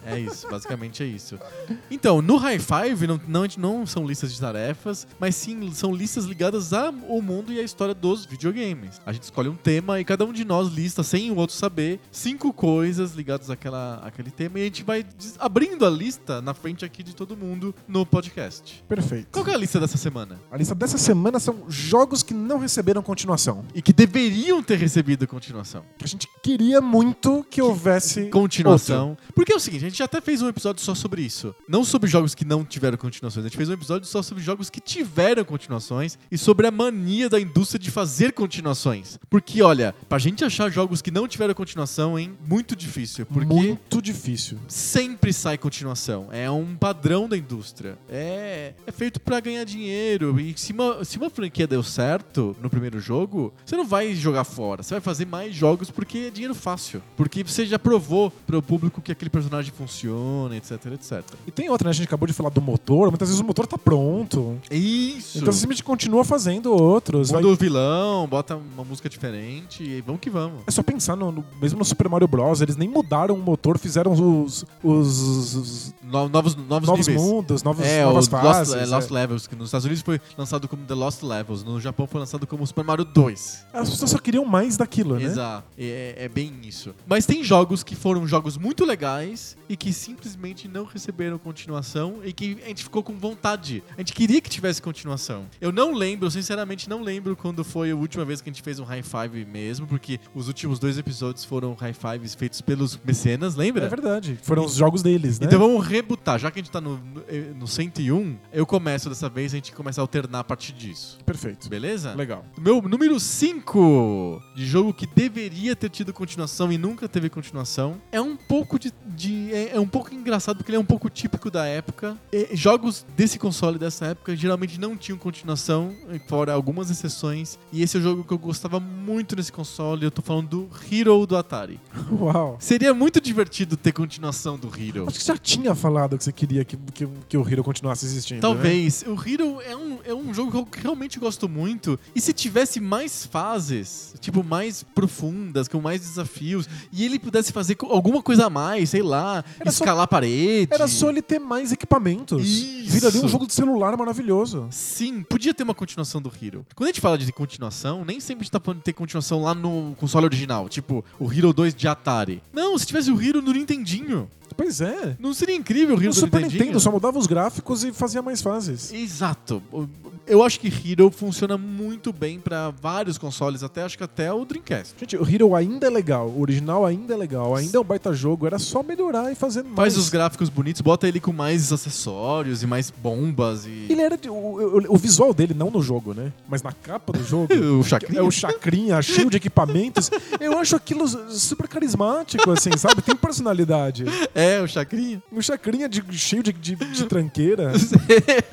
S1: É isso, basicamente é isso. Então, no High Five não, não, não são listas de tarefas, mas sim são listas ligadas ao mundo e à história dos videogames. A gente escolhe um tema e cada um de nós lista, sem o outro saber, cinco coisas ligadas àquela, àquele tema e a gente vai des- abrindo a lista na frente aqui de todo mundo no podcast.
S2: Perfeito.
S1: Qual que é a lista dessa semana?
S2: A lista dessa semana são jogos que não receberam continuação.
S1: E que deveriam ter recebido continuação.
S2: A gente queria muito que houvesse.
S1: continuação. Porque é o seguinte, a gente já até fez um episódio só sobre isso. Não sobre jogos que não tiveram continuações, a gente fez um episódio só sobre jogos que tiveram continuações e sobre a mania da indústria de fazer continuações. Porque, olha, pra gente achar jogos que não tiveram continuação, hein, muito difícil. Porque
S2: Muito difícil.
S1: sempre sai continuação. É um padrão da indústria. É, é feito pra ganhar dinheiro. E se uma, se uma franquia deu certo no primeiro jogo, você não vai jogar fora. Você vai fazer mais jogos porque é dinheiro fácil. Porque você já provou pro público que aquele personagem funciona, etc, etc.
S2: E tem outra, né? A gente acabou de falar do motor. Muitas vezes o motor tá pronto.
S1: É Isso!
S2: Então você simplesmente continua fazendo outros. vai-
S1: Muda o vilão, bota uma música diferente e vamos que vamos.
S2: É só pensar, no, no- mesmo no Super Mario Bros., eles nem mudaram o motor, fizeram os, os- os
S1: No- novos, novos,
S2: novos
S1: níveis.
S2: mundos, novos,
S1: é,
S2: novas
S1: o Lost,
S2: fases.
S1: é, Lost Levels, que nos Estados Unidos foi lançado como The Lost Levels, no Japão foi lançado como Super Mario 2.
S2: As pessoas só queriam mais daquilo, né?
S1: Exato. É, é bem isso. Mas tem jogos que foram jogos muito legais e que simplesmente não receberam continuação e que a gente ficou com vontade. A gente queria que tivesse continuação. Eu não lembro, eu sinceramente não lembro quando foi a última vez que a gente fez um high five mesmo, porque os últimos dois episódios foram high fives feitos pelos mecenas, lembra?
S2: É verdade. Foram os jogos deles, né?
S1: Então vamos rebutar, já que a gente tá no, no- no 101, eu começo dessa vez, a gente começa a alternar a partir disso.
S2: Perfeito.
S1: Beleza?
S2: Legal.
S1: Meu número 5 de jogo que deveria ter tido continuação e nunca teve continuação é um pouco de. de- é, é um pouco engraçado porque ele é um pouco típico da época. E jogos desse console dessa época geralmente não tinham continuação, fora algumas exceções. E esse é o jogo que eu gostava muito nesse console. Eu tô falando do Hero do Atari.
S2: Uau.
S1: Seria muito divertido ter continuação do Hero.
S2: Acho que você já tinha falado que você queria que, que, que o Hero continuasse existindo. né?
S1: Talvez. O Hero é um, é um jogo que eu realmente gosto muito. E se tivesse mais fases, tipo, mais profundas, com mais desafios, e ele pudesse fazer co- alguma coisa a mais, sei lá,
S2: Era só-
S1: escalar a parede.
S2: Era só ele ter mais equipamentos.
S1: Isso.
S2: Viraria um jogo de celular maravilhoso.
S1: Sim, podia ter uma continuação do Hero. Quando a gente fala de continuação, nem sempre a gente tá falando de ter continuação lá no console original, tipo o Hero 2 de Atari. Não, se tivesse o Hero no Nintendinho,
S2: Pois é.
S1: não seria incrível o Hero
S2: O
S1: do
S2: Super
S1: Nintendinho?
S2: Nintendo só mudava os gráficos e fazia mais fases.
S1: Exato. Eu acho que Hero funciona muito bem pra vários consoles, até acho que até o Dreamcast.
S2: Gente, o Hero ainda é legal, o original ainda é legal, ainda é um baita jogo, era só melhorar e fazer mais.
S1: Faz os gráficos bonitos, bota ele com mais acessórios e mais bombas e
S2: Ele era. de- o, o- o visual dele, não no jogo, né? Mas na capa do jogo.
S1: o chacrinha.
S2: É o chacrinha, cheio de equipamentos. Eu acho aquilo super carismático, assim, sabe? Tem personalidade.
S1: É, o chacrinha.
S2: Um chacrinha de- cheio de, de- de tranqueira.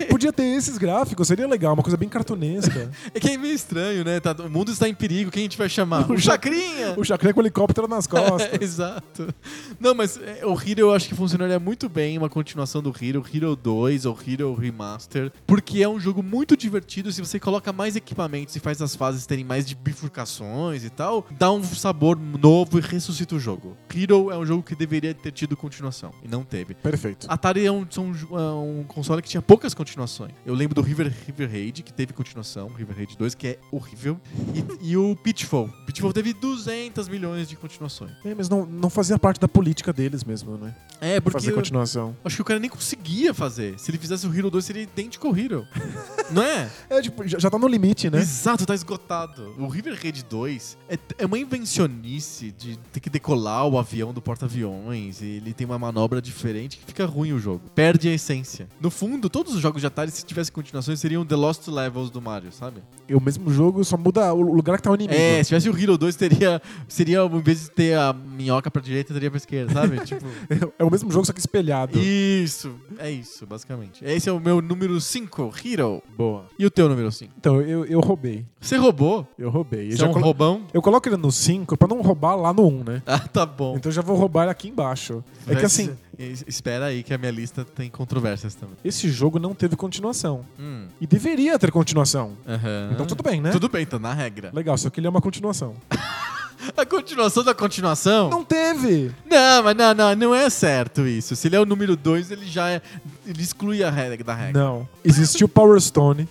S2: Podia ter esses gráficos, seria legal, uma coisa bem cartunesca.
S1: É que é meio estranho, né? Tá- o mundo está em perigo, quem a gente vai chamar?
S2: O
S1: O Chacrinha!
S2: o Chacrinha com o helicóptero nas costas.
S1: É, exato. Não, mas é, o Hero eu acho que funcionaria muito bem uma continuação do Hero, Hero 2 ou Hero Remaster, porque é um jogo muito divertido. Se você coloca mais equipamentos e faz as fases terem mais de bifurcações e tal, dá um sabor novo e ressuscita o jogo. Hero é um jogo que deveria ter tido continuação e não teve.
S2: Perfeito.
S1: Atari é um, são um- é um console que tinha poucas continuações. Eu lembro do River, River Raid, que teve continuação, River Raid 2, que é horrível, e, e o Pitfall. Pitfall teve 200 milhões de continuações.
S2: É, mas não, não fazia parte da política deles mesmo, né?
S1: É, porque
S2: Fazer
S1: eu,
S2: continuação.
S1: acho que o cara nem conseguia fazer. Se ele fizesse o Hero 2, seria idêntico ao Hero. Não é?
S2: É, tipo, já, já tá no limite, né?
S1: Exato, tá esgotado. O River Raid 2 é, é uma invencionice de ter que decolar o avião do porta-aviões. E ele tem uma manobra diferente que fica ruim o jogo. Perde a essência. No fundo, todos os jogos de Atari, se tivessem continuações, seriam The Lost Levels do Mario, sabe?
S2: E o mesmo jogo só muda o lugar que tá o inimigo.
S1: É, se tivesse o Hero 2, teria, seria, em vez de ter a minhoca pra direita, teria pra esquerda, sabe? tipo.
S2: É o mesmo jogo, só que espelhado.
S1: Isso, é isso, basicamente. Esse é o meu número 5, Hero.
S2: Boa.
S1: E o teu número 5?
S2: Então, eu, eu roubei.
S1: Você roubou?
S2: Eu roubei. Eu,
S1: Você é
S2: já
S1: um
S2: colo-
S1: roubão?
S2: eu coloco ele no 5 pra não roubar lá no 1, um, né?
S1: Ah, tá bom.
S2: Então eu já vou roubar ele aqui embaixo. É
S1: Vai
S2: que assim,
S1: ser- es- Espera aí que a minha lista tem controvérsias também.
S2: esse jogo não teve continuação.
S1: Hum.
S2: E deveria ter continuação.
S1: aham.
S2: Então tudo bem, né?
S1: Tudo bem, tá na regra.
S2: Legal, só que ele é uma continuação.
S1: A continuação da continuação?
S2: Não teve!
S1: Não, mas não, não, não é certo isso. Se ele é o número 2, ele já é. Ele exclui a regra da regra.
S2: Não. Existiu Power Stone.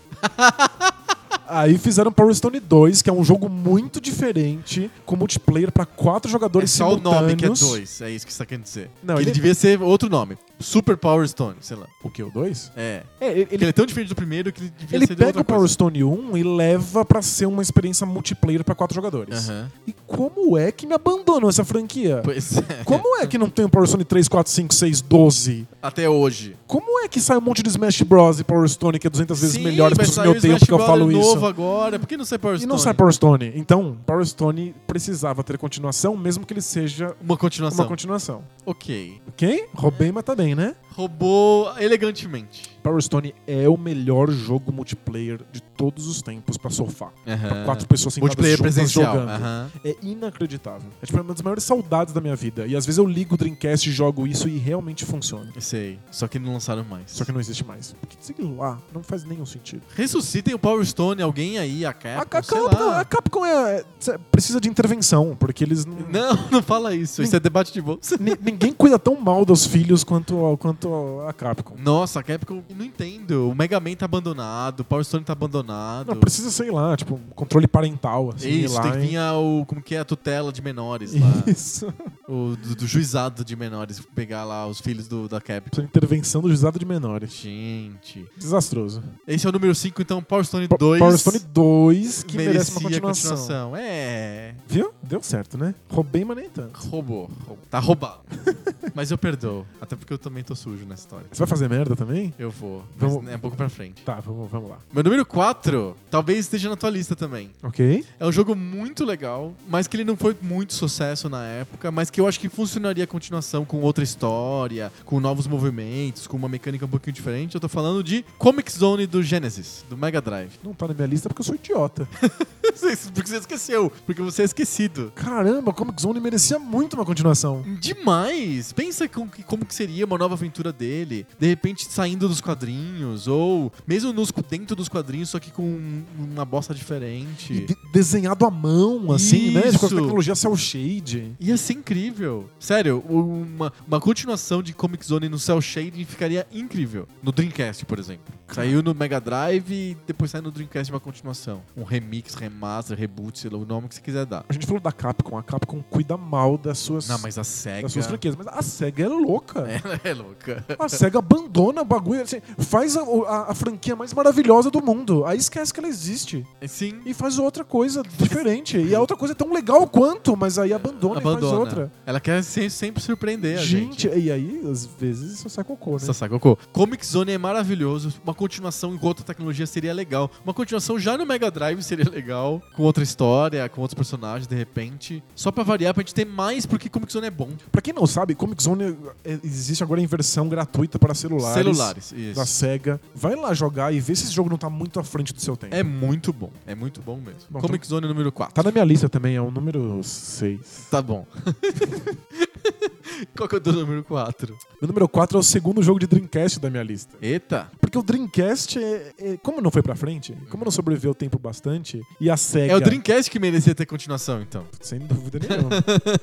S2: Aí fizeram Power Stone 2, que é um jogo muito diferente, com multiplayer pra quatro
S1: É
S2: jogadores
S1: só o
S2: simultâneos.
S1: nome que é 2, é isso que você tá querendo dizer.
S2: Não,
S1: que ele...
S2: ele-
S1: devia ser outro nome. Super Power Stone, sei lá.
S2: O que, o 2?
S1: É.
S2: É, ele,
S1: Ele, ele é tão diferente do primeiro que ele devia
S2: ele
S1: ser de
S2: pega
S1: outra
S2: o Power
S1: coisa.
S2: Stone 1 e leva pra ser uma experiência multiplayer pra quatro jogadores.
S1: Aham.
S2: E como é que me abandonou essa franquia?
S1: Pois é.
S2: Como é que não tem o Power Stone 3, 4, 5, 6, 12?
S1: Até hoje.
S2: Como é que sai um monte de Smash Bros e Power Stone que é 200 vezes
S1: Sim,
S2: melhor as
S1: vai sair
S2: pessoas me
S1: o
S2: odeiam
S1: Smash
S2: porque eu falo
S1: Bros.
S2: isso?
S1: novo agora. Por que não sai Power
S2: E
S1: Stone?
S2: não sai Power Stone. Então, Power Stone precisava ter continuação, mesmo que ele seja
S1: Uma continuação.
S2: uma continuação.
S1: Ok.
S2: Ok? Roubei, mas tá bem, né?
S1: Roubou elegantemente.
S2: Power Stone é o melhor jogo multiplayer de todos os tempos pra sofá. Pra quatro pessoas sentadas
S1: É. Multiplayer
S2: juntas
S1: presencial.
S2: jogando.
S1: aham.
S2: É inacreditável. É tipo uma das maiores saudades da minha vida. E às vezes eu ligo o Dreamcast e jogo isso e realmente funciona.
S1: Eu Sei. Só que não lançaram mais.
S2: Só que não existe mais. Por que sei lá? Não faz nenhum sentido.
S1: Ressuscitem o Power Stone, alguém aí, a
S2: A,
S1: Capcom,
S2: a
S1: É, sei
S2: Capcom,
S1: lá.
S2: a Capcom é- é- precisa de intervenção, porque eles não.
S1: Não, não fala isso. Isso é debate de bolsa.
S2: Ni- Ninguém cuida tão mal dos filhos quanto, ao- quanto a Capcom.
S1: Nossa, a Capcom, não entendo. O Mega Man tá abandonado, o Power Stone tá abandonado.
S2: Não, precisa, sei lá, tipo, um controle parental, assim,
S1: Isso,
S2: lá,
S1: tem que
S2: hein?
S1: vir a, o, como que é a tutela de menores lá.
S2: Isso.
S1: o, do, do juizado de menores, pegar lá os filhos do, da Capcom.
S2: Precisa de intervenção do juizado de menores.
S1: Gente.
S2: Desastroso.
S1: Esse é o número 5, então, Power Stone
S2: Po-
S1: 2.
S2: Power Stone 2, que merece uma
S1: merecia
S2: continuação.
S1: continuação. É.
S2: Viu? Deu certo, né? Roubei, mas nem tanto.
S1: Roubou. roubou. Tá roubado. mas eu perdoo. Até porque eu também tô sujo nessa história.
S2: Você vai fazer merda também?
S1: Eu vou. Mas
S2: Vamos-
S1: é um pouco pra frente.
S2: Tá, vamos, vamos lá.
S1: Meu número 4, talvez esteja na tua lista também.
S2: Ok?
S1: É um jogo muito legal, mas que ele não foi muito sucesso na época, mas que eu acho que funcionaria a continuação com outra história, com novos movimentos, com uma mecânica um pouquinho diferente. Eu tô falando de Comic Zone do Genesis, do Mega Drive.
S2: Não tá na minha lista porque eu sou idiota.
S1: porque você esqueceu, porque você é esquecido.
S2: Caramba, Comic Zone merecia muito uma continuação.
S1: Demais! Pensa com que- como que seria uma nova aventura dele. De repente saindo dos quadrinhos, ou mesmo nos- dentro dos quadrinhos, só que com um- uma bosta diferente.
S2: E de- desenhado à mão, assim, né? De- Com a
S1: Isso.
S2: tecnologia cel shade.
S1: Ia ser incrível. Sério, uma, uma continuação de Comic Zone no Cell Shading ficaria incrível. No Dreamcast, por exemplo. Saiu no Mega Drive e depois sai no Dreamcast uma continuação. Um remix, remaster, reboot, sei lá, o nome que você quiser dar.
S2: A gente falou da Capcom. A Capcom cuida mal das suas,
S1: Não, mas a SEGA...
S2: das suas franquias. Mas a SEGA é louca.
S1: Ela é louca.
S2: A SEGA abandona o bagulho. assim, faz a, a- a franquia mais maravilhosa do mundo. Aí esquece que ela existe.
S1: Sim.
S2: E faz outra coisa diferente. E a outra coisa é tão legal quanto, mas aí abandona, e faz outra.
S1: Ela quer se- sempre surpreender a gente.
S2: Gente, e aí, às vezes, só sai cocô, né?
S1: Sassá Goku. Comic Zone é maravilhoso. Uma continuação em outra tecnologia seria legal. Uma continuação já no Mega Drive seria legal. legal, com outra história, com outros personagens, de repente. Só pra variar, pra gente ter mais, porque Comic Zone é bom.
S2: Pra quem não sabe, Comic Zone eh, existe agora em versão gratuita para celulares.
S1: Celulares, isso.
S2: Da SEGA. Vai lá jogar e vê se esse jogo não tá muito à frente do seu tempo.
S1: É muito bom, é muito bom mesmo.
S2: Bom,
S1: Comic Zone número 4.
S2: Tá na minha lista também, é o número 6.
S1: Tá bom. Qual que é o teu número 4?
S2: O número 4 é o segundo jogo de Dreamcast da minha lista.
S1: Eita!
S2: É, Porque o Dreamcast, é, é- como não foi pra frente, como não sobreviveu o tempo bastante, e a SEGA...
S1: É o Dreamcast que merecia ter continuação, então.
S2: Sem dúvida nenhuma.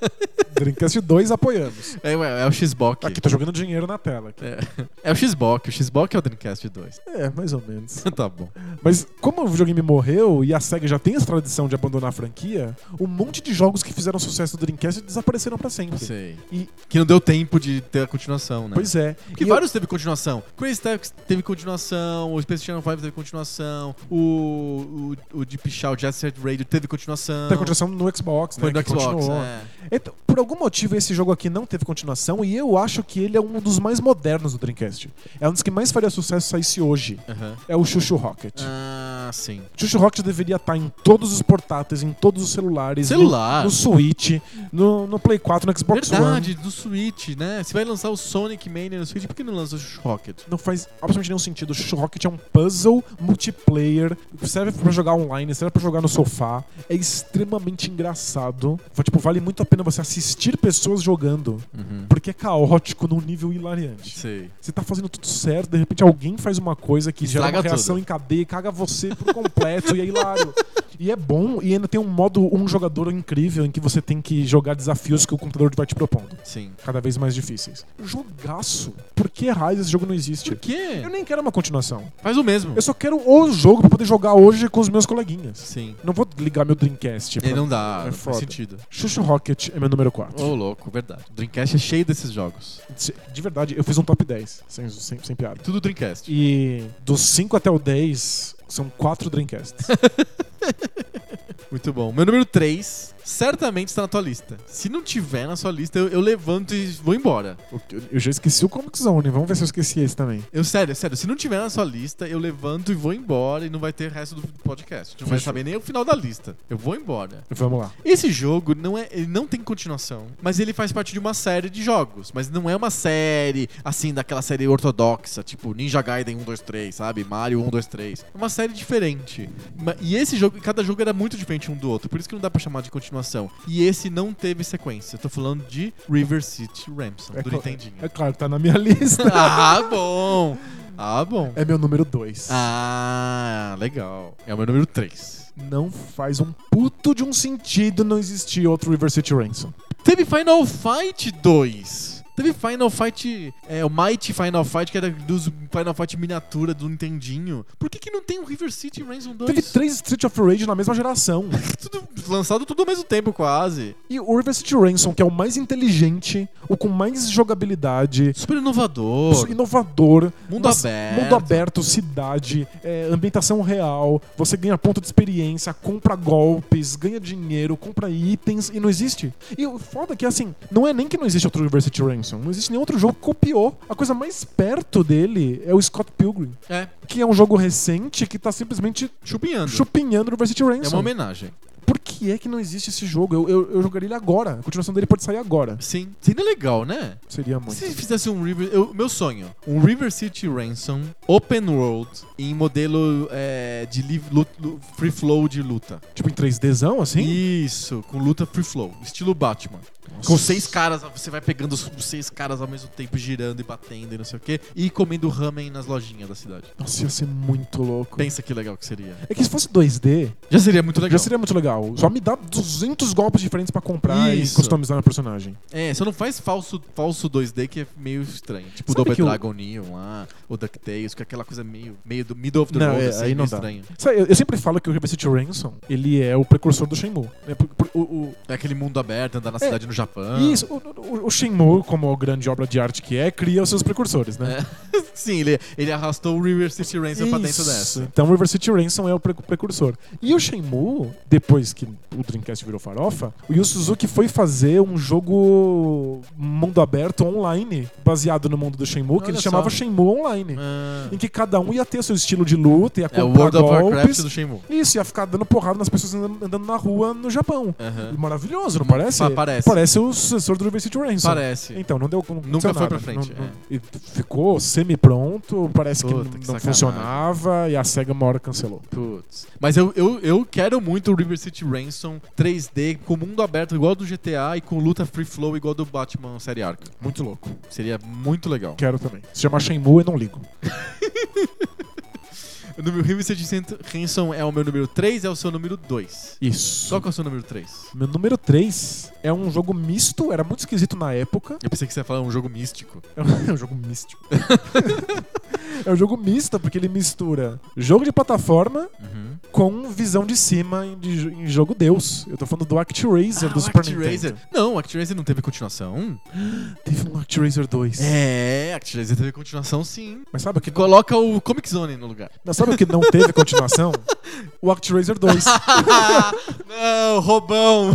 S2: Dreamcast 2 apoiamos.
S1: É, ué, é o Xbox.
S2: Aqui, tá. tô jogando dinheiro na tela. aqui.
S1: É. é o Xbox, o Xbox é o Dreamcast 2.
S2: É, mais ou menos.
S1: tá bom.
S2: Mas como o videogame morreu e a SEGA já tem essa tradição de abandonar a franquia, um monte de jogos que fizeram sucesso do Dreamcast desapareceram pra sempre.
S1: Sei.
S2: E-
S1: Que não deu tempo de ter a continuação, né?
S2: Pois é.
S1: Porque
S2: E eu-
S1: vários teve continuação. Crazy Taxi teve continuação, o Space Channel 5 teve continuação, o, o, o Deep Shout Jet Set Radio teve continuação.
S2: Tem continuação no Xbox, né?
S1: Foi
S2: que
S1: do Xbox,
S2: continuou.
S1: é.
S2: Então, por algum motivo, esse jogo aqui não teve continuação e eu acho que ele é um dos mais modernos do Dreamcast. É um dos que mais faria sucesso se saísse hoje.
S1: Aham.
S2: É o Chuchu Rocket.
S1: Ah, sim.
S2: Chuchu Rocket deveria estar em todos os portáteis, em todos os celulares. no-
S1: Celular.
S2: No, Switch, no, no Play 4, no Xbox One.
S1: Verdade, do Switch, né? Você vai lançar o Sonic Mania no Switch, por que não lança o Chuchu Rocket?
S2: Não faz absolutamente nenhum sentido. O Chuchu Rocket é um puzzle multiplayer, serve pra jogar online, serve pra jogar no sofá. É extremamente engraçado. Tipo, vale muito a pena você assistir pessoas jogando,
S1: Uhum.
S2: porque é caótico num nível hilariante.
S1: Sei.
S2: Você tá fazendo tudo certo, de repente alguém faz uma coisa que gera
S1: Estraga
S2: uma reação
S1: tudo.
S2: em cadeia e caga você por completo e é hilário. E é bom, e ainda tem um modo um jogador incrível em que você tem que jogar desafios que o computador vai te propondo.
S1: Sim.
S2: Cada vez mais difíceis. Um Jogaço! Por que raios esse jogo não existe?
S1: Por quê?
S2: Eu nem quero uma continuação.
S1: Faz o mesmo.
S2: Eu só quero o jogo pra poder jogar hoje com os meus coleguinhas.
S1: Sim.
S2: Não vou ligar meu Dreamcast.
S1: E
S2: Pra...
S1: não dá,
S2: É
S1: não faz
S2: foda.
S1: sentido.
S2: Xuxa Rocket é meu número 4.
S1: Ô, louco, verdade. O Dreamcast é cheio desses jogos.
S2: De verdade, eu fiz um top 10, sem, sem, sem piada.
S1: Tudo Dreamcast.
S2: E dos 5 até o 10, são 4 Dreamcasts.
S1: Muito bom. Meu número 3 certamente está na tua lista. Se não tiver na sua lista, eu, eu levanto e vou embora.
S2: O que- eu já esqueci o Comic Zone, vamos ver se eu esqueci esse também.
S1: Eu, sério, é sério, se não tiver na sua lista, eu levanto e vou embora e não vai ter resto do podcast. Não vai
S2: Fechou.
S1: saber nem o final da lista. Eu vou embora.
S2: Vamos lá.
S1: Esse jogo não é, ele não tem continuação, mas ele faz parte de uma série de jogos, mas não é uma série assim daquela série ortodoxa, tipo Ninja Gaiden 1 2 3, sabe? Mario 1 2 3. É uma série diferente. Ma- E esse jogo, cada jogo era muito diferente um do outro, por isso que não dá pra chamar de continuação. E esse não teve sequência. Eu tô falando de River City Ransom, do
S2: cla-
S1: Nintendinho.
S2: é claro, tá na minha lista.
S1: Ah, bom. Ah, bom.
S2: É meu número 2.
S1: Ah, legal. É o meu número 3.
S2: Não faz um puto de um sentido não existir outro River City Ransom.
S1: Teve Final Fight 2. Teve Final Fight, é, o Mighty Final Fight, que era dos Final Fight miniatura do Nintendinho. Por que, que não tem o River City Ransom 2?
S2: Teve três Street of Rage na mesma geração.
S1: Tudo- lançado tudo ao mesmo tempo, quase.
S2: E o River City Ransom, que é o mais inteligente, o com mais jogabilidade,
S1: Super inovador.
S2: inovador,
S1: Mundo
S2: Mas-
S1: aberto.
S2: Mundo aberto, cidade, é, ambientação real, você ganha ponto de experiência, compra golpes, ganha dinheiro, compra itens e não existe. E o foda é que assim, não é nem que não existe outro University Ransom, não existe nenhum outro jogo que copiou. A coisa mais perto dele é o Scott Pilgrim,
S1: É,
S2: que é um jogo recente que tá simplesmente
S1: chupinhando.
S2: chupinhando o University
S1: É
S2: Ransom.
S1: uma homenagem.
S2: Por que é que não existe esse jogo? Eu, eu, eu jogaria ele agora. A continuação dele pode sair agora.
S1: Sim. Seria legal, né?
S2: Seria muito.
S1: Se fizesse um River. eu- meu sonho. Um River City Ransom Open World em modelo é, de liv- lu- lu- free flow de luta.
S2: Tipo em 3Dzão, assim?
S1: Isso, com luta free flow, estilo Batman. Com seis caras, você vai pegando os os seis caras ao mesmo tempo, girando e batendo e não sei o quê, e comendo ramen nas lojinhas da cidade.
S2: Nossa, ia ser muito louco.
S1: Pensa que legal que seria.
S2: É que se fosse 2D,
S1: Já seria muito legal.
S2: Já seria muito legal. Só me dá 200 golpes diferentes pra comprar
S1: Isso.
S2: e customizar meu personagem.
S1: É, só não faz falso, falso 2D que é meio estranho. Tipo o
S2: Sabe
S1: Double
S2: que o-
S1: Dragon Neon lá, o DuckTales, que é aquela coisa meio, meio do middle of the
S2: Não,
S1: road,
S2: é,
S1: assim,
S2: aí
S1: meio
S2: não dá.
S1: estranho.
S2: Sabe, eu, eu sempre falo que o River City Ransom, ele é o precursor do Shenmue. né? Por- por- o- o-
S1: É aquele mundo aberto, andar na
S2: É.
S1: cidade no Japão.
S2: Isso, o, o, o Shenmue, como grande obra de arte que é, cria os seus precursores, né?
S1: Sim, ele, ele arrastou o River City Ransom pra dentro
S2: Isso.
S1: dessa.
S2: Então River City Ransom é o pre- precursor. E o Shenmue, depois que o Dreamcast virou farofa, o Yu Suzuki foi fazer um jogo mundo aberto online, baseado no mundo do Shenmue, que
S1: Olha
S2: ele chamava
S1: só.
S2: Shenmue Online.
S1: Ah,
S2: Em que cada um ia ter seu estilo de luta, ia
S1: é o
S2: comprar
S1: World of Warcraft
S2: golpes.
S1: do Shenmue.
S2: Isso, ia ficar dando porrada nas pessoas andando andando na rua no Japão.
S1: Aham.
S2: Maravilhoso, não parece?
S1: É. Pa- parece.
S2: Parece o sucessor do River City Ransom.
S1: Parece.
S2: Então, não deu não
S1: Nunca
S2: aconteceu
S1: foi pra
S2: nada.
S1: frente,
S2: Não-
S1: é.
S2: não- e Ficou semi-pronto, parece que
S1: Puta,
S2: n-
S1: que
S2: não
S1: sacanagem.
S2: funcionava e a SEGA uma hora cancelou.
S1: Putz. Mas eu, eu, eu quero muito o River City Ransom 3D com mundo aberto igual do GTA e com luta free flow igual do Batman série Arkham.
S2: Muito louco.
S1: Seria muito legal.
S2: Quero também. Se chamar Shenmue, eu não ligo.
S1: O número River City Ransom é o meu número 3, é o seu número 2.
S2: Isso.
S1: Qual que é o seu número 3?
S2: Meu número 3 é um jogo misto, era muito esquisito na época.
S1: Eu pensei que você ia falar um jogo místico.
S2: É um, é um jogo místico. é um jogo misto, porque ele mistura jogo de plataforma
S1: Uhum.
S2: com visão de cima em, de- em jogo Deus. Eu tô falando do
S1: É
S2: ActRaiser
S1: Ah,
S2: do Super
S1: ActRaiser.
S2: Nintendo.
S1: Não, ActRaiser não teve continuação.
S2: Teve um ActRaiser 2.
S1: É, ActRaiser teve continuação sim.
S2: Mas sabe o que
S1: Coloca o Comic Zone no lugar.
S2: Mas sabe o que não teve continuação? O ActRaiser 2.
S1: não, roubão.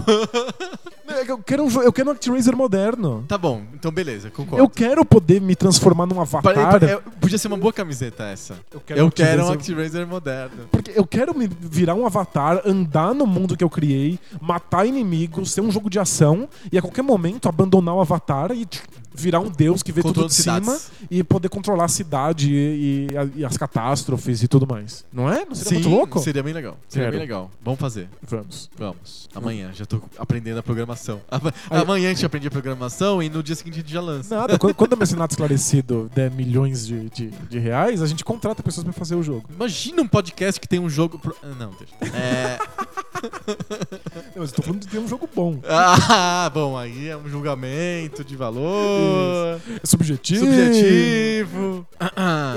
S2: Não, é que eu quero um, jo- eu quero um ActRaiser moderno.
S1: tá bom, então beleza, concordo.
S2: Eu quero poder me transformar num avatar.
S1: Parei- parei- é, podia ser uma boa camiseta essa.
S2: Eu
S1: Eu quero um
S2: ActRaiser-
S1: ActRaiser moderno.
S2: Porque eu quero me virar um avatar, andar no mundo que eu criei, matar inimigos, ser um jogo de ação e a qualquer momento abandonar o avatar e tch, virar um deus que vê
S1: Controle
S2: tudo de
S1: de
S2: cima
S1: cidades.
S2: e poder controlar a cidade e, e a- e as catástrofes e tudo mais. Não é? Não seria muito louco?
S1: seria bem legal. Seria
S2: Quero.
S1: bem legal. Vamos fazer.
S2: Vamos.
S1: Vamos. Amanhã, já tô aprendendo a programação. Ama-
S2: Aí-
S1: Amanhã a gente aprende a programação e no dia seguinte a gente já lança.
S2: Nada, quando, quando o Mercenário Esclarecido der milhões de, de, de reais, a gente contrata pessoas pra fazer o jogo.
S1: Imagina um podcast que tem um jogo. pro- Ah, Não, deixa. É.
S2: Não, mas eu tô falando de ter um jogo bom.
S1: Ah, bom, aí é um julgamento de valor,
S2: É subjetivo.
S1: subjetivo. Ah, ah.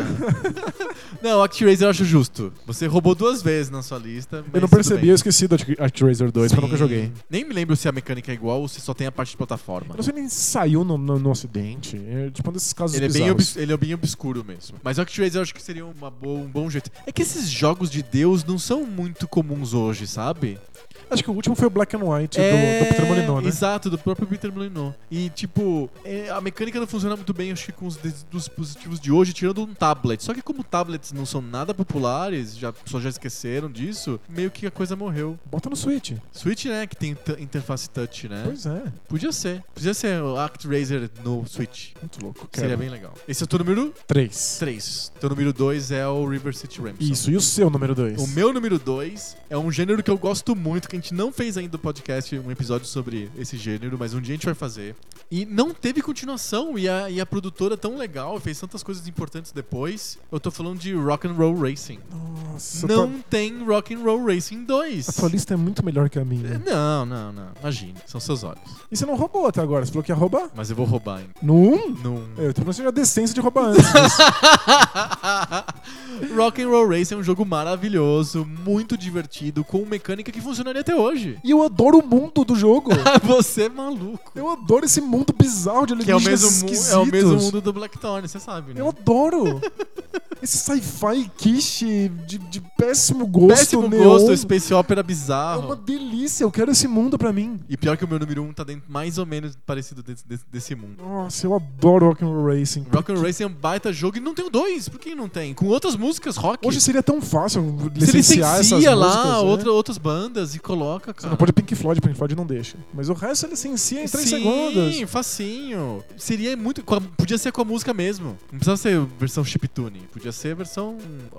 S1: não, ActRaiser eu acho justo. Você roubou duas vezes na sua lista.
S2: Eu
S1: mas
S2: não
S1: tudo
S2: percebi,
S1: bem.
S2: eu esqueci do Arc- ActRaiser 2, porque eu nunca
S1: Sim.
S2: joguei.
S1: Nem me lembro se a mecânica é igual ou se só tem a parte de plataforma.
S2: Eu não sei nem se saiu no, no, no ocidente. É, tipo, um desses casos
S1: Ele é, bem
S2: bizarros.
S1: obs- ele é bem obscuro mesmo. Mas ActRaiser eu acho que seria uma boa- um bom jeito. É que esses jogos de Deus não são muito comuns hoje, sabe?
S2: Acho que o último foi o Black and White Tipo, do, do
S1: É,
S2: Peter Molyneux, né?
S1: Exato, do próprio Peter Molyneux. E, tipo, é, a mecânica não funciona muito bem, acho que com os des- dos dispositivos de hoje, tirando um tablet. Só que como tablets não são nada populares, já, só já esqueceram disso, meio que a coisa morreu.
S2: Bota no Switch.
S1: Switch, né, que tem t- interface touch, né?
S2: Pois é.
S1: Podia ser. Podia ser o ActRaiser no Switch.
S2: Muito louco.
S1: Seria bem legal. Esse é o teu número
S2: 3.
S1: 3. Teu número 2 é o River City Ransom.
S2: Isso, e o seu número 2?
S1: O meu número 2 é um gênero que eu gosto muito, que a gente não fez ainda no podcast, um episódio sobre esse gênero, mas um dia a gente vai fazer. E não teve continuação, e a, e a produtora é tão legal, fez tantas coisas importantes depois. Eu tô falando de Rock and Roll Racing.
S2: Nossa,
S1: não
S2: tua-
S1: tem Rock and Roll Racing 2.
S2: a tua lista é muito melhor que a minha.
S1: Não, não, não. Imagina, são seus olhos.
S2: E você não roubou até agora, você falou que ia roubar?
S1: Mas eu vou roubar ainda.
S2: No 1?
S1: Num...
S2: Eu tô pensando a decência de roubar antes. né? disso.
S1: Rock and Roll Racing é um jogo maravilhoso, muito divertido, com mecânica que funcionaria até hoje.
S2: e eu adoro o mundo do jogo.
S1: Você é maluco.
S2: Eu adoro esse mundo bizarro de
S1: Que é o,
S2: alienígenas
S1: mesmo mu-
S2: esquisitos.
S1: é o mesmo mundo do Blackthorn, você sabe, né?
S2: Eu adoro. Esse sci-fi quiche de, de péssimo gosto.
S1: Péssimo
S2: neon.
S1: gosto, Space Opera
S2: É
S1: bizarro.
S2: uma delícia. Eu quero esse mundo pra mim.
S1: E pior que o meu número 1 um tá dentro, mais ou menos parecido desse, desse- desse mundo.
S2: Nossa, eu adoro Rock'n'Roll Racing.
S1: Rock and Racing é um baita jogo e não tem o 2, por que não tem? Com outras músicas, rock.
S2: Hoje seria tão fácil
S1: você
S2: licenciar
S1: licencia
S2: essas
S1: lá
S2: músicas. né?
S1: outra- outras bandas e coloca,
S2: Você
S1: cara.
S2: não pode Pink Floyd, Pink Floyd não deixa. Mas o resto ele licencia em 3
S1: Sim,
S2: segundos.
S1: facinho. Seria muito. com a- Podia ser com a música mesmo. Não precisava ser versão chiptune. Podia ser a versão.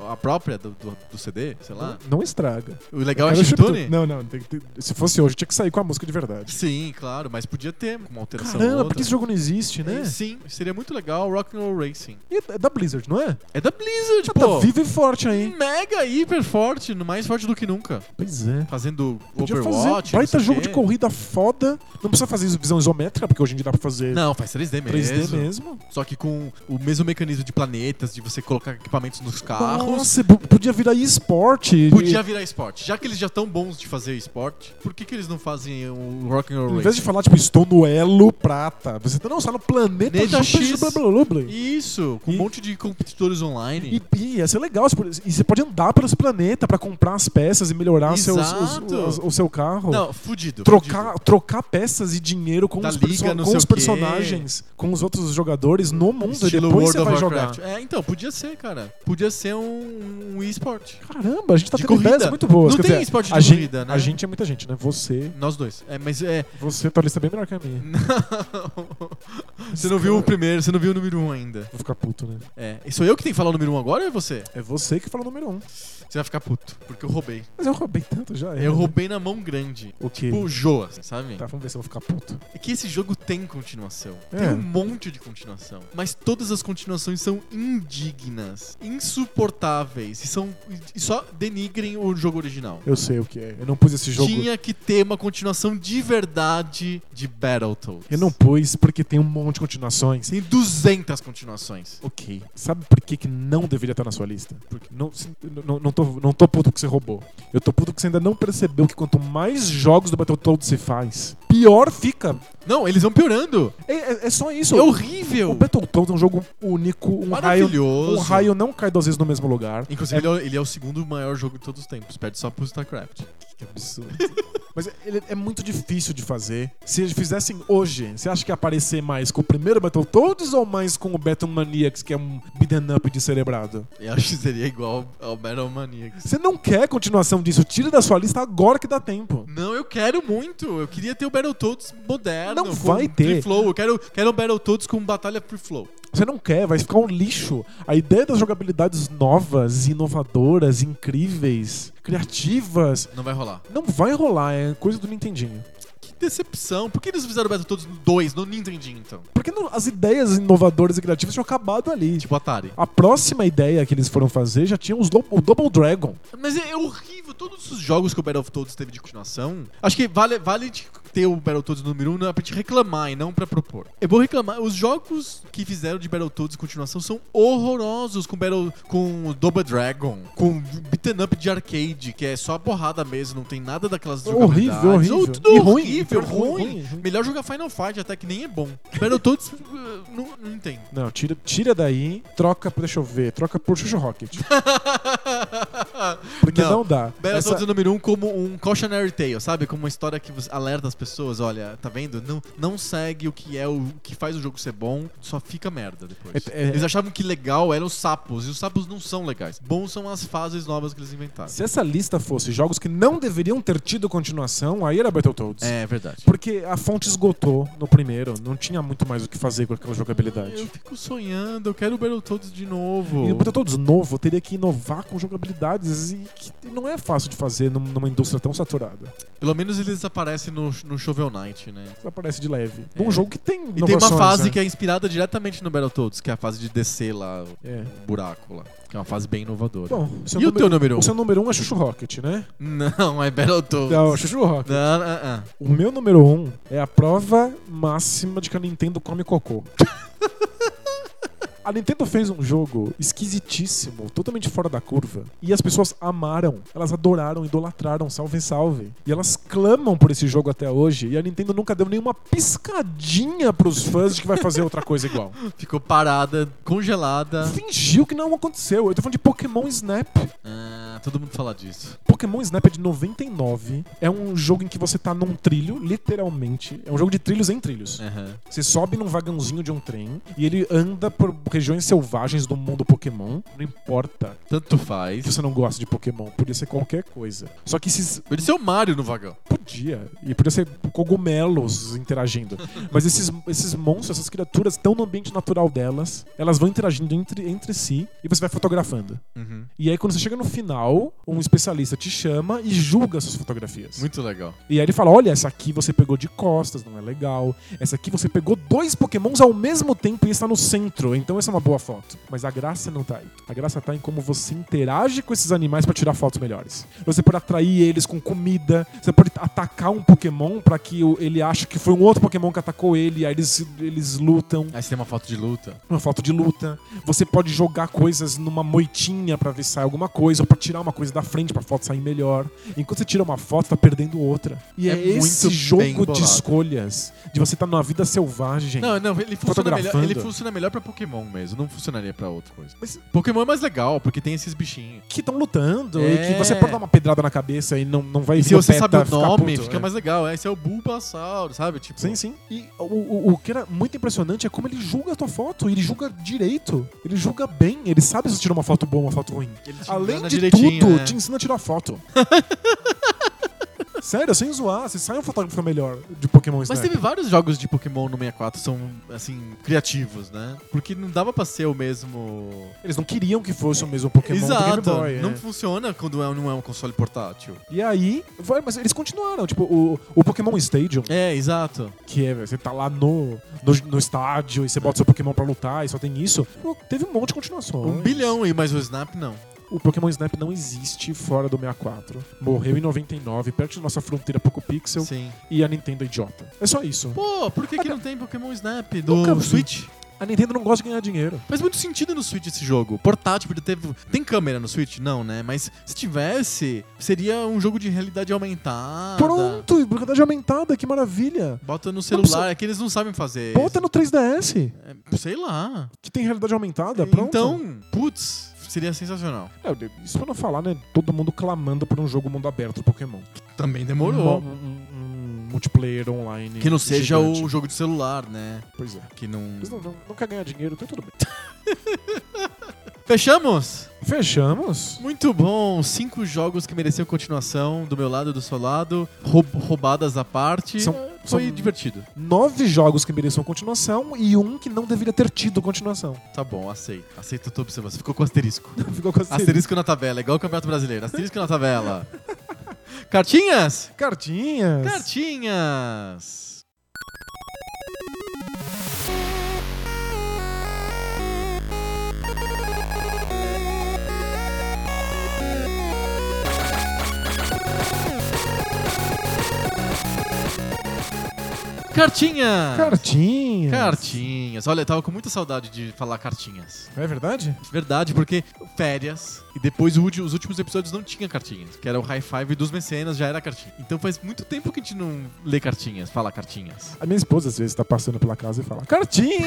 S1: a própria do, do- do CD, sei lá.
S2: Não estraga.
S1: O legal é
S2: Era o
S1: chiptune?
S2: chiptune. né? Não, não. tem que ter- se fosse hoje, tinha que sair com a música de verdade.
S1: Sim, claro, mas podia ter uma alteração. ou
S2: Caramba,
S1: outra.
S2: porque esse jogo não existe, né?
S1: Sim, seria muito legal Rock and Roll Racing.
S2: E é da Blizzard, não é?
S1: É da Blizzard,
S2: Tá
S1: pô.
S2: vivo e forte aí.
S1: Mega hiper forte, no mais forte do que nunca.
S2: Pois é.
S1: Fazendo
S2: Podia
S1: Overwatch,
S2: fazer baita
S1: não sei
S2: jogo
S1: o quê.
S2: de corrida foda. Não precisa fazer visão isométrica, porque hoje em dia dá pra fazer
S1: Não, faz 3D mesmo.
S2: 3D mesmo.
S1: Só que com o mesmo mecanismo de planetas, de você colocar equipamentos nos carros.
S2: Nossa, po- podia virar esporte.
S1: Podia virar esporte. Já que eles já estão bons de fazer esporte, por que, que eles não fazem o rock and roll
S2: Em vez de
S1: Racing?
S2: falar, tipo, estou no elo prata. Você tá, não, está no planeta
S1: Planeta X.
S2: Blá, blá, blá, blá.
S1: Isso, com
S2: E-
S1: um monte de competidores online.
S2: E, e ia ser legal. você pode- E você pode andar pelo esse planeta pra comprar as peças e melhorar seus, os-
S1: Exato.
S2: os- o seu carro.
S1: Não, fudido.
S2: Trocar, trocar peças e dinheiro com
S1: Da
S2: os, perso-
S1: liga, não
S2: com
S1: sei
S2: os
S1: o quê.
S2: personagens, com os outros jogadores no mundo
S1: fudido. Estilo
S2: e depois
S1: World
S2: você
S1: of
S2: vai
S1: Warcraft.
S2: jogar.
S1: É, então, podia ser, cara. Podia ser um, um esporte.
S2: Caramba, a gente tá
S1: De
S2: tendo
S1: corrida.
S2: ideias muito boas.
S1: Não
S2: Quer
S1: tem
S2: dizer,
S1: esporte de
S2: a gente-
S1: corrida, né?
S2: A gente é muita gente, né? Você,
S1: Nós dois. É, mas é.
S2: você tua lista é bem melhor que a minha.
S1: Não. Você não viu o primeiro, você não viu o número um ainda.
S2: Vou ficar puto, né?
S1: É. E sou eu que tenho que falar o número um agora ou é você?
S2: É você que fala o número um.
S1: Você vai ficar puto, porque eu roubei.
S2: Mas eu roubei tanto já. é,
S1: Eu
S2: né?
S1: roubei na mão grande.
S2: O quê?
S1: Tipo o Joas, sabe?
S2: Tá, vamos ver se eu vou ficar puto.
S1: É que esse jogo tem continuação. Tem
S2: É.
S1: um monte de continuação. Mas todas as continuações são indignas, insuportáveis e, são, e só denigrem o jogo original.
S2: Eu sei o que é. Eu não pus esse jogo.
S1: Tinha que ter uma continuação de verdade de Battletoads.
S2: Eu não pus porque tem um monte de continuações.
S1: Tem 200 continuações.
S2: Ok. Sabe por que, que não deveria estar na sua lista? Porque não, se- não, não, tô, não tô puto que você roubou. Eu tô puto que você ainda não percebeu que quanto mais jogos do Battletoads se faz, pior fica.
S1: Não, eles vão piorando.
S2: É, é- é só isso.
S1: É horrível.
S2: O Battletoads é um jogo único, um raio,
S1: Maravilhoso.
S2: um raio não cai duas vezes no mesmo lugar.
S1: Inclusive,
S2: É
S1: ele, é, ele é o segundo maior jogo de todos os tempos. Perde só pro StarCraft.
S2: Que absurdo. Mas ele é muito difícil de fazer. Se eles fizessem hoje, você acha que ia aparecer mais com o primeiro Battletoads ou mais com o Battle Maniacs, que é um beat'em up de cerebrado?
S1: Eu acho que seria igual ao Battle Maniacs.
S2: Você não quer continuação disso, tira da sua lista agora que dá tempo.
S1: Não, eu quero muito. Eu queria ter o Battletoads moderno.
S2: Não
S1: com
S2: vai ter.
S1: Free flow. Eu quero, quero um Battletoads com batalha free flow.
S2: Você não quer, vai ficar um lixo. A ideia das jogabilidades novas, inovadoras, incríveis, criativas,
S1: Não vai rolar.
S2: não vai rolar, é coisa do Nintendinho.
S1: Que decepção. Por que eles fizeram o Battletoads no 2, no Nintendinho, então?
S2: Porque não- as ideias inovadoras e criativas tinham acabado ali.
S1: Tipo Atari.
S2: A próxima ideia que eles foram fazer já tinha os do- o Double Dragon.
S1: Mas é, é horrível. Todos os jogos que o Battletoads teve de continuação. Acho que vale, vale de ter o Battletoads número 1 pra gente reclamar e não pra propor. Eu vou reclamar. Os jogos que fizeram de Battletoads continuação são horrorosos com Battle, com Double Dragon, com beaten up de arcade, que é só porrada mesmo, não tem nada daquelas
S2: Horrível,
S1: jogabilidades.
S2: horrível.
S1: Ou tudo
S2: E ruim,
S1: horrível,
S2: e
S1: ruim,
S2: ruim, ruim, ruim.
S1: Melhor jogar Final Fight até que nem é bom. Battletoads eh, não, não tem.
S2: Não, tira, tira daí, troca, por- deixa eu ver, troca por Chuchu Rocket. Porque não, dá.
S1: Battletoads
S2: Essa-
S1: número 1 um como um cautionary tale, sabe? Como uma história que você alerta as pessoas, olha, tá vendo? Não, não segue o que é o o que faz o jogo ser bom, só fica merda depois.
S2: É- é-
S1: Eles achavam que legal eram os sapos, e os sapos não são legais. Bons são as fases novas que eles inventaram.
S2: Se essa lista fosse jogos que não deveriam ter tido continuação, aí era Battletoads.
S1: É verdade.
S2: Porque a fonte esgotou no primeiro, não tinha muito mais o que fazer com aquela
S1: Eu
S2: jogabilidade.
S1: fico sonhando, eu quero o Battletoads de novo.
S2: E o Battletoads novo teria que inovar com jogabilidades e que não é fácil de fazer num- numa indústria tão saturada.
S1: Pelo menos eles aparecem no, no Shovel Knight, né?
S2: Isso Aparece de leve.
S1: É.
S2: Num jogo que tem
S1: E tem uma
S2: inovações,
S1: fase
S2: né?
S1: que é inspirada diretamente no Battletoads, que é a fase de descer lá o
S2: É.
S1: buraco lá. Que é uma fase bem inovadora.
S2: Bom, seu
S1: e o teu número 1? Um?
S2: O seu número um é Chuchu Rocket, né?
S1: Não, é Battletoads.
S2: Não, Chuchu Rocket.
S1: Não, não, não.
S2: O meu número um é a prova máxima de que a Nintendo come cocô. A Nintendo fez um jogo esquisitíssimo, totalmente fora da curva, e as pessoas amaram, elas adoraram, idolatraram, salve, salve. E elas clamam por esse jogo até hoje, e a Nintendo nunca deu nenhuma piscadinha pros fãs de que vai fazer outra coisa igual.
S1: Ficou parada, congelada.
S2: Fingiu que não aconteceu. Eu tô falando de Pokémon Snap.
S1: Ah, todo mundo fala disso.
S2: Pokémon Snap é de 99, é um jogo em que você tá num trilho, literalmente. É um jogo de trilhos em trilhos.
S1: Aham.
S2: Você sobe num vagãozinho de um trem e ele anda por regiões selvagens do mundo Pokémon. Não importa
S1: Tanto
S2: que
S1: faz.
S2: você não gosta de Pokémon, podia ser qualquer coisa. Só que esses.
S1: Podia ser o Mario no vagão.
S2: Podia. E podia ser cogumelos interagindo. Mas esses, esses monstros, essas criaturas, estão no ambiente natural delas. Elas vão interagindo entre, entre si e você vai fotografando.
S1: Uhum.
S2: E aí, quando você chega no final, jornal, um especialista te chama e julga suas fotografias.
S1: Muito legal.
S2: E aí ele fala: olha, essa aqui você pegou de costas, não é legal. Essa aqui você pegou dois pokémons ao mesmo tempo e está no centro, então essa é uma boa foto. Mas a graça não tá aí. A graça tá em como você interage com esses animais para tirar fotos melhores. Você pode atrair eles com comida, você pode atacar um pokémon para que o- ele ache que foi um outro pokémon que atacou ele, aí eles, eles lutam
S1: Aí Ah, você tem uma foto de luta.
S2: uma foto de luta. Você pode jogar coisas numa moitinha pra ver se sai alguma coisa, ou pra tirar uma coisa da frente pra foto sair melhor. Enquanto você tira uma foto, tá perdendo outra. E é,
S1: É muito
S2: esse
S1: bem
S2: jogo de
S1: bolado.
S2: escolhas, de você estar tá numa vida selvagem.
S1: Não, é não, ele funciona, melhor,
S2: Fotografando.
S1: ele funciona melhor pra Pokémon mesmo, não funcionaria pra outra coisa.
S2: Mas-
S1: Pokémon é mais legal, porque tem esses bichinhos.
S2: Que estão lutando, e
S1: É.
S2: que você pode dar uma pedrada na cabeça e não, não vai
S1: E se você
S2: peta
S1: sabe o
S2: ficar
S1: nome,
S2: puto,
S1: fica
S2: é.
S1: mais legal. Esse é o Bulbasaur, sabe? Tipo,
S2: Sim, sim. E o, o, o que era muito impressionante é como ele julga a tua foto, ele julga direito, ele julga bem, ele sabe se você tirou uma foto boa ou uma foto ruim.
S1: Ele te
S2: Além
S1: engana
S2: de
S1: direitinho,
S2: tudo,
S1: né?
S2: te ensina a tirar foto. Sério, sem zoar, você sai um fotógrafo melhor de Pokémon
S1: Mas
S2: Snap.
S1: teve vários jogos de Pokémon no 64 que são, assim, criativos, né? Porque não dava pra ser o mesmo.
S2: Eles não queriam que fosse o mesmo Pokémon do Game
S1: Exato.
S2: Boy.
S1: não
S2: é.
S1: funciona quando é- não é um console portátil.
S2: E aí, vai, mas eles continuaram. Tipo, o, o Pokémon Stadium,
S1: É, exato.
S2: que é, velho, você tá lá no, no, no estádio e você bota seu Pokémon pra lutar e só tem isso. Pô, Teve um monte de continuações.
S1: Um bilhão e mais o Snap não.
S2: O Pokémon Snap não existe fora do 64. Morreu em 99, perto da nossa fronteira Poco Pixel
S1: Sim.
S2: e a Nintendo é idiota. É só isso.
S1: Pô, por que, que não tem Pokémon Snap
S2: Nunca
S1: do
S2: vi.
S1: Switch?
S2: A Nintendo não gosta de ganhar dinheiro.
S1: Faz muito sentido no Switch esse jogo. Portátil, porque teve. Tem câmera no Switch? Não, né? Mas se tivesse, seria um jogo de realidade aumentada.
S2: Pronto,
S1: tá.
S2: e realidade aumentada, que maravilha.
S1: Bota no
S2: precisa-
S1: celular, é que eles não sabem fazer.
S2: Bota no 3DS,
S1: É, Sei lá.
S2: que tem realidade aumentada, Tá pronto.
S1: Então, putz, seria sensacional.
S2: É, isso pra não falar, né? Todo mundo clamando por um jogo mundo aberto do Pokémon.
S1: Também demorou.
S2: Um, um- um multiplayer online.
S1: Que não seja
S2: gigante.
S1: o jogo de celular, né?
S2: Pois é.
S1: Que não.
S2: Mas não, não, não quer ganhar dinheiro, então tudo bem.
S1: Fechamos?
S2: Fechamos?
S1: Muito bom. Cinco jogos que mereciam continuação, do meu lado e do seu lado. Roub- roubadas à parte.
S2: São-
S1: Foi
S2: são-
S1: divertido.
S2: Nove jogos que mereciam continuação e um que não deveria ter tido continuação.
S1: Tá bom, aceito. Aceito a tua observação. Ficou com asterisco.
S2: Ficou com asterisco.
S1: Asterisco na tabela, igual o Campeonato Brasileiro. Asterisco na tabela. Cartinhas?
S2: Cartinhas.
S1: Cartinhas! Cartinhas!
S2: Cartinhas.
S1: Cartinhas. Olha, eu tava com muita saudade de falar cartinhas.
S2: É verdade?
S1: Verdade, porque férias e depois o ulti- os últimos episódios não tinha cartinhas, que era o high five dos mecenas, já era cartinha. Então faz muito tempo que a gente não lê cartinhas, fala cartinhas.
S2: A minha esposa às vezes tá passando pela casa e fala: Cartinhas!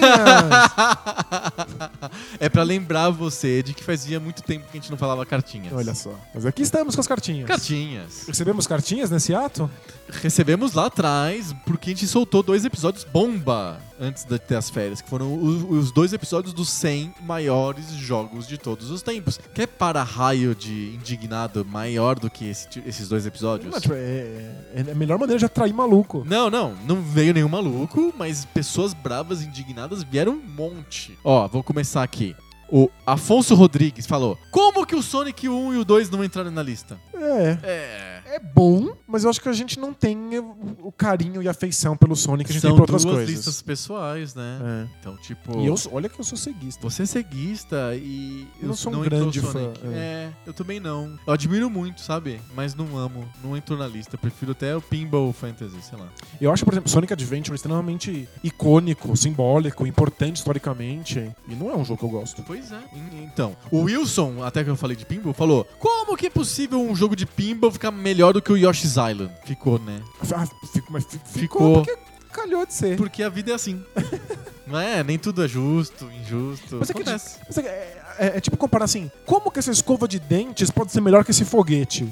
S1: é pra lembrar você de que fazia muito tempo que a gente não falava cartinhas.
S2: Olha só. Mas aqui estamos com as cartinhas.
S1: Cartinhas.
S2: Recebemos cartinhas nesse ato?
S1: Recebemos lá atrás, porque a gente soltou dois episódios bomba antes de ter as férias, que foram o- os, dois episódios dos 100 maiores jogos de todos os tempos. Quer para raio de indignado maior do que esse- esses dois episódios?
S2: Não, tipo, é, é- é a melhor maneira de atrair maluco.
S1: Não, não, não veio nenhum maluco, mas pessoas bravas, indignadas vieram um monte. Ó, vou começar aqui. O Afonso Rodrigues falou: Como que o Sonic 1 e o 2 não entraram na lista?
S2: É.
S1: É.
S2: É bom, mas eu acho que a gente não tem o o carinho e afeição pelo Sonic que a gente
S1: São
S2: tem por outras
S1: duas
S2: coisas.
S1: listas pessoais, né?
S2: É.
S1: Então, tipo.
S2: E eu, sou- olha que eu sou ceguista.
S1: Você é ceguista e.
S2: Eu não sou um
S1: entrou
S2: grande
S1: o Sonic.
S2: fã,
S1: É. eu também não. Eu admiro muito, sabe? Mas não amo. Não entrou na lista. Prefiro até o Pinball Fantasy, sei lá.
S2: Eu acho, por exemplo, Sonic Adventure extremamente icônico, simbólico, importante historicamente. E não é um jogo que eu gosto.
S1: Pois é. En- Então, o Wilson, até que eu falei de pinball, falou: Como que é possível um jogo de pinball ficar melhor do que o Yoshi's Island? Ficou, né?
S2: Ah, fico, mas fi- ficou,
S1: Ficou.
S2: porque calhou de ser.
S1: Porque a vida é assim. Não é? Nem tudo é justo, injusto.
S2: Mas é que-
S1: acontece.
S2: Mas É, é- é tipo comparar assim, como que essa escova de dentes pode ser melhor que esse foguete?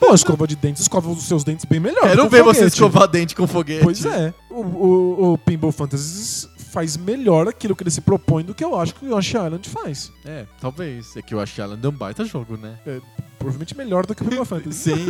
S2: Pô, a escova de dentes escova os seus dentes bem melhor.
S1: Quero
S2: que o
S1: ver você
S2: foguete.
S1: escovar dente com foguete.
S2: Pois é. O, o, o Pinball Fantasies faz melhor aquilo que ele se propõe do que eu acho que o Yoshi Island faz.
S1: É, talvez. É que o Yoshi Island é um baita jogo, né?
S2: Provavelmente melhor do que o Pinball Fantasy.
S1: Sim.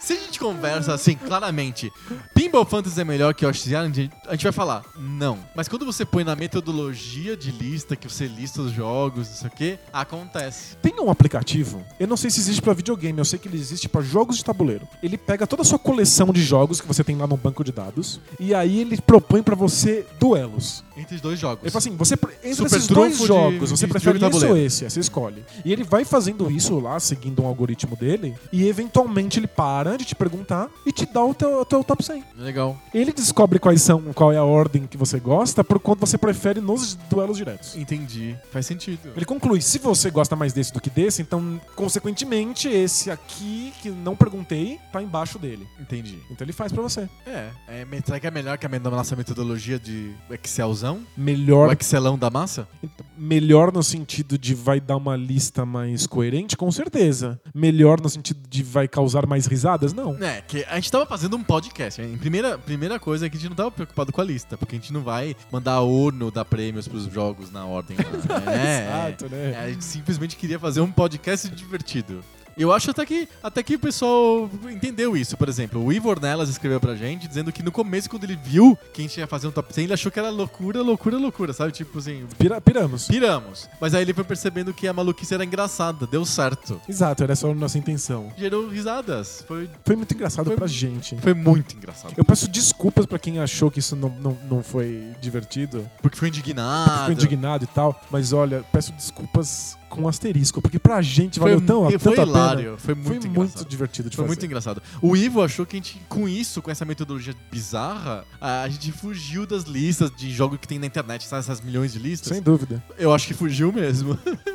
S1: Se a gente conversa assim, claramente, Pinball Fantasy é melhor que Yoshi's Island, a gente vai falar, Não. Mas quando você põe na metodologia de lista, que você lista os jogos, não sei o quê, acontece.
S2: Tem um aplicativo, eu não sei se existe pra videogame, eu sei que ele existe pra jogos de tabuleiro. Ele pega toda a sua coleção de jogos que você tem lá no banco de dados e aí ele propõe pra você duelos.
S1: Entre os dois jogos.
S2: Ele fala assim, você pre- entre
S1: Super
S2: esses dois
S1: trunfo de-
S2: jogos, você
S1: de
S2: prefere
S1: jogo e
S2: isso ou
S1: tabuleiro.
S2: esse? Aí Você escolhe. E ele vai fazendo isso lá, seguindo um algoritmo dele, e eventualmente ele para de te perguntar e te dá o teu, o teu top 100.
S1: Legal.
S2: Ele descobre quais são, qual é a ordem que você gosta por quanto você prefere nos duelos diretos.
S1: Entendi. Faz sentido.
S2: Ele conclui, se você gosta mais desse do que desse, então, consequentemente, esse aqui, que não perguntei, tá embaixo dele.
S1: Entendi.
S2: Então ele faz pra você.
S1: É. é me- será que é melhor que a me- nossa metodologia de Excelzão? O
S2: Melhor,
S1: Excelão da massa?
S2: melhor no sentido de vai dar uma lista mais coerente, com certeza. Melhor no sentido de vai causar mais risadas, não.
S1: É, que a gente tava fazendo um podcast. Né? Em primeira, primeira coisa é que a gente não tava preocupado com a lista, porque a gente não vai mandar a ONU dar prêmios pros jogos na ordem. lá, né?
S2: Exato, né?
S1: É, a gente simplesmente queria fazer um podcast divertido. Eu acho até que, até que o pessoal entendeu isso. Por exemplo, o Ivor Nelas escreveu pra gente dizendo que no começo, quando ele viu que a gente ia fazer um top 100, ele achou que era loucura, loucura, loucura, sabe? Tipo assim,
S2: Pira- piramos.
S1: piramos. Mas aí ele foi percebendo que a maluquice era engraçada, deu certo.
S2: Exato, era só a nossa intenção.
S1: Gerou risadas. Foi,
S2: Foi muito engraçado
S1: Foi-
S2: pra gente.
S1: foi muito engraçado.
S2: Eu peço desculpas pra quem achou que isso não, não, não foi divertido,
S1: Porque foi indignado.
S2: ficou indignado e tal, mas olha, peço desculpas com asterisco, porque pra gente valeu
S1: foi,
S2: tão,
S1: foi
S2: tanto a pena.
S1: hilário. Foi muito
S2: foi
S1: engraçado.
S2: muito divertido de
S1: Foi
S2: fazer.
S1: muito engraçado. O Ivo achou que a gente, com isso, com essa metodologia bizarra, a gente fugiu das listas de jogo que tem na internet, sabe? Essas milhões de listas.
S2: Sem dúvida.
S1: Eu acho que fugiu mesmo.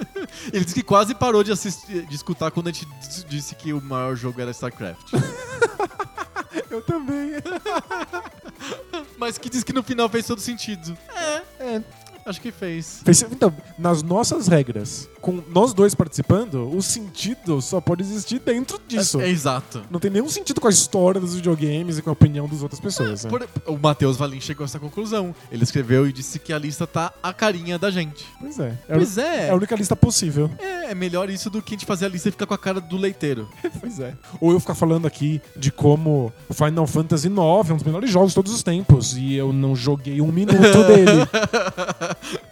S1: Ele disse que quase parou de, assistir, de escutar quando a gente dis- disse que o maior jogo era StarCraft.
S2: Eu também.
S1: Mas que diz que no final fez todo sentido. É,
S2: É.
S1: Acho que fez.
S2: Então, nas nossas regras, com nós dois participando, o sentido só pode existir dentro disso.
S1: É, é exato.
S2: Não tem nenhum sentido com a história dos videogames e com a opinião das outras pessoas. né?
S1: Por- o Matheus Valim chegou a essa conclusão. Ele escreveu e disse que a lista tá a carinha da gente.
S2: Pois é. É, a-
S1: Pois
S2: é a única lista possível.
S1: É, é melhor isso do que a gente fazer a lista e ficar com a cara do leiteiro.
S2: Pois é. Ou eu ficar falando aqui de como o Final Fantasy IX é um dos melhores jogos de todos os tempos e eu não joguei um minuto dele.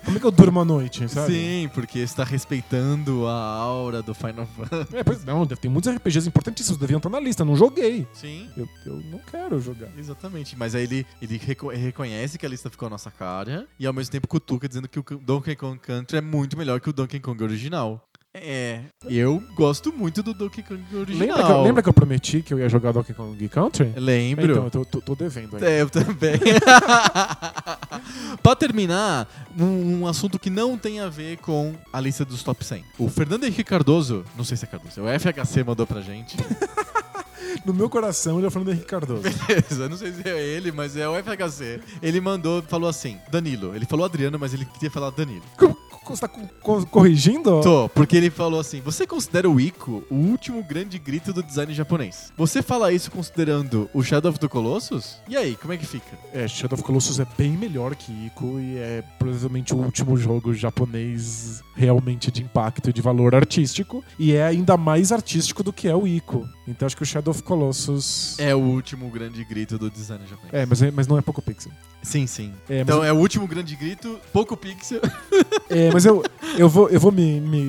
S2: Como é que eu durmo à noite, sabe?
S1: Sim, porque está respeitando a aura do Final Fantasy.
S2: É, pois não, tem muitos RPGs importantíssimos, deviam estar na lista, eu não joguei.
S1: Sim.
S2: Eu, eu não quero jogar.
S1: Exatamente, mas aí ele, ele reco- reconhece que a lista ficou a nossa cara e ao mesmo tempo cutuca dizendo que o Can- Donkey Kong Country é muito melhor que o Donkey Kong original. É, eu gosto muito do Donkey Kong original.
S2: Lembra que, eu- lembra que eu prometi que eu ia jogar Donkey Kong Country?
S1: Lembro.
S2: Então, eu tô, tô- tô devendo ainda.
S1: É, eu também. pra terminar, um, um assunto que não tem a ver com a lista dos top 100. O Fernando Henrique Cardoso, não sei se é Cardoso, é o FHC mandou pra gente.
S2: No meu coração, ele é o Fernando Henrique Cardoso.
S1: Eu não sei se é ele, mas é o FHC. Ele mandou, falou assim, Danilo. Ele falou Adriano, mas ele queria falar Danilo.
S2: Co- co- Você tá co- co- corrigindo?
S1: Tô, porque ele falou assim: você considera o Ico o último grande grito do design japonês? Você fala isso considerando o Shadow of the Colossus? E aí, como é que fica?
S2: É, Shadow of Colossus é bem melhor que Ico e é provavelmente o último jogo japonês realmente de impacto e de valor artístico. E é ainda mais artístico do que é o Ico. Então acho que o Shadow of Colossus.
S1: É o último grande grito do design japonês.
S2: É, mas, é- mas não é pouco pixel.
S1: Sim, sim.
S2: É, mas,
S1: Então é o último grande grito, pouco pixel.
S2: é, mas eu, eu vou, eu vou me, me,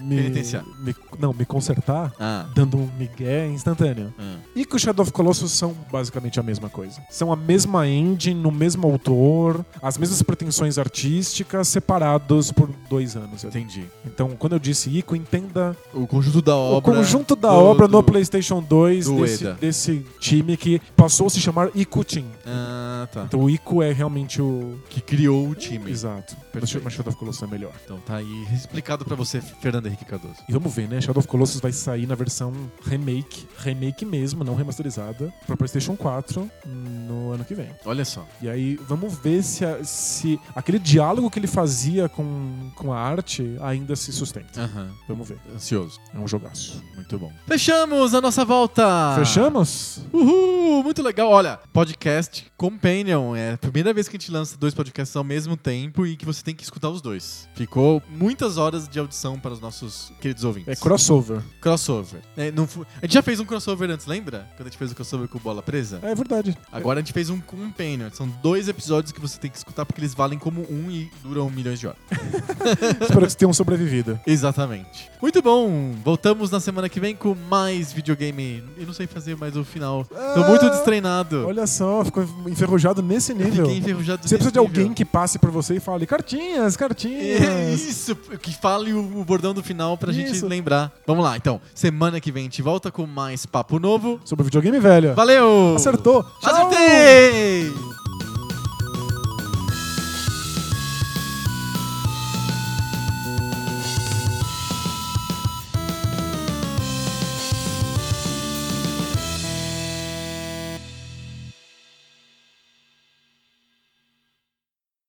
S2: me-
S1: Penitenciar.
S2: me- Não, me consertar
S1: Ah.
S2: dando um migué instantâneo. E que o Shadow of Colossus são basicamente a mesma coisa. São a mesma engine, o mesmo autor, as mesmas pretensões artísticas, separados por dois anos. eu
S1: Entendi.
S2: Então, quando eu disse Ico, entenda
S1: O conjunto da
S2: o
S1: obra.
S2: conjunto da
S1: do-
S2: obra
S1: do-
S2: no PlayStation 2
S1: do
S2: desse,
S1: Ueda.
S2: desse time que passou a se chamar Ico Team.
S1: Ah, tá.
S2: Então, o Ico é realmente o.
S1: Que criou o time.
S2: Exato.
S1: Perfeito.
S2: Mas Shadow of Colossus é melhor.
S1: Então tá aí explicado pra você, Fernando Henrique Cardoso.
S2: E vamos ver, né? Shadow of Colossus vai sair na versão remake, remake mesmo, não remasterizada, pra PlayStation 4 no ano que vem.
S1: Olha só.
S2: E aí vamos ver se, a- se aquele diálogo que ele fazia com, com a arte ainda se sustenta.
S1: Aham.
S2: Vamos ver.
S1: Ansioso.
S2: É um jogaço.
S1: Muito bom. Fechamos a nossa volta.
S2: Fechamos?
S1: Uhul, muito legal. Olha, podcast Companion. É a primeira vez que a gente lança dois podcasts ao mesmo tempo e que você tem que escutar os dois. Ficou muitas horas de audição para os nossos queridos ouvintes.
S2: É crossover.
S1: crossover. É, não fu- A gente já fez um crossover antes, lembra? Quando a gente fez o crossover com bola presa?
S2: É verdade.
S1: Agora a gente fez um companion. São dois episódios que você tem que escutar porque eles valem como um e duram milhões de horas.
S2: Espero que vocês tenham sobrevivido.
S1: Exatamente. Muito bom. Voltamos na semana que vem com mais videogame. Eu não sei fazer mais o final. Tô muito destreinado.
S2: Olha só, ficou enferrujado nesse
S1: Eu
S2: nível.
S1: Fiquei enferrujado
S2: Você precisa
S1: nesse
S2: de alguém
S1: nível.
S2: que passe por você e fale cartinhas,
S1: É
S2: cartinhas.
S1: Isso, que fale o, o bordão do final pra gente
S2: Isso.
S1: lembrar. Vamos lá, então. Semana que vem a gente volta com mais papo novo.
S2: Sobre videogame velho.
S1: Valeu!
S2: Acertou. Tchau.
S1: Acertei!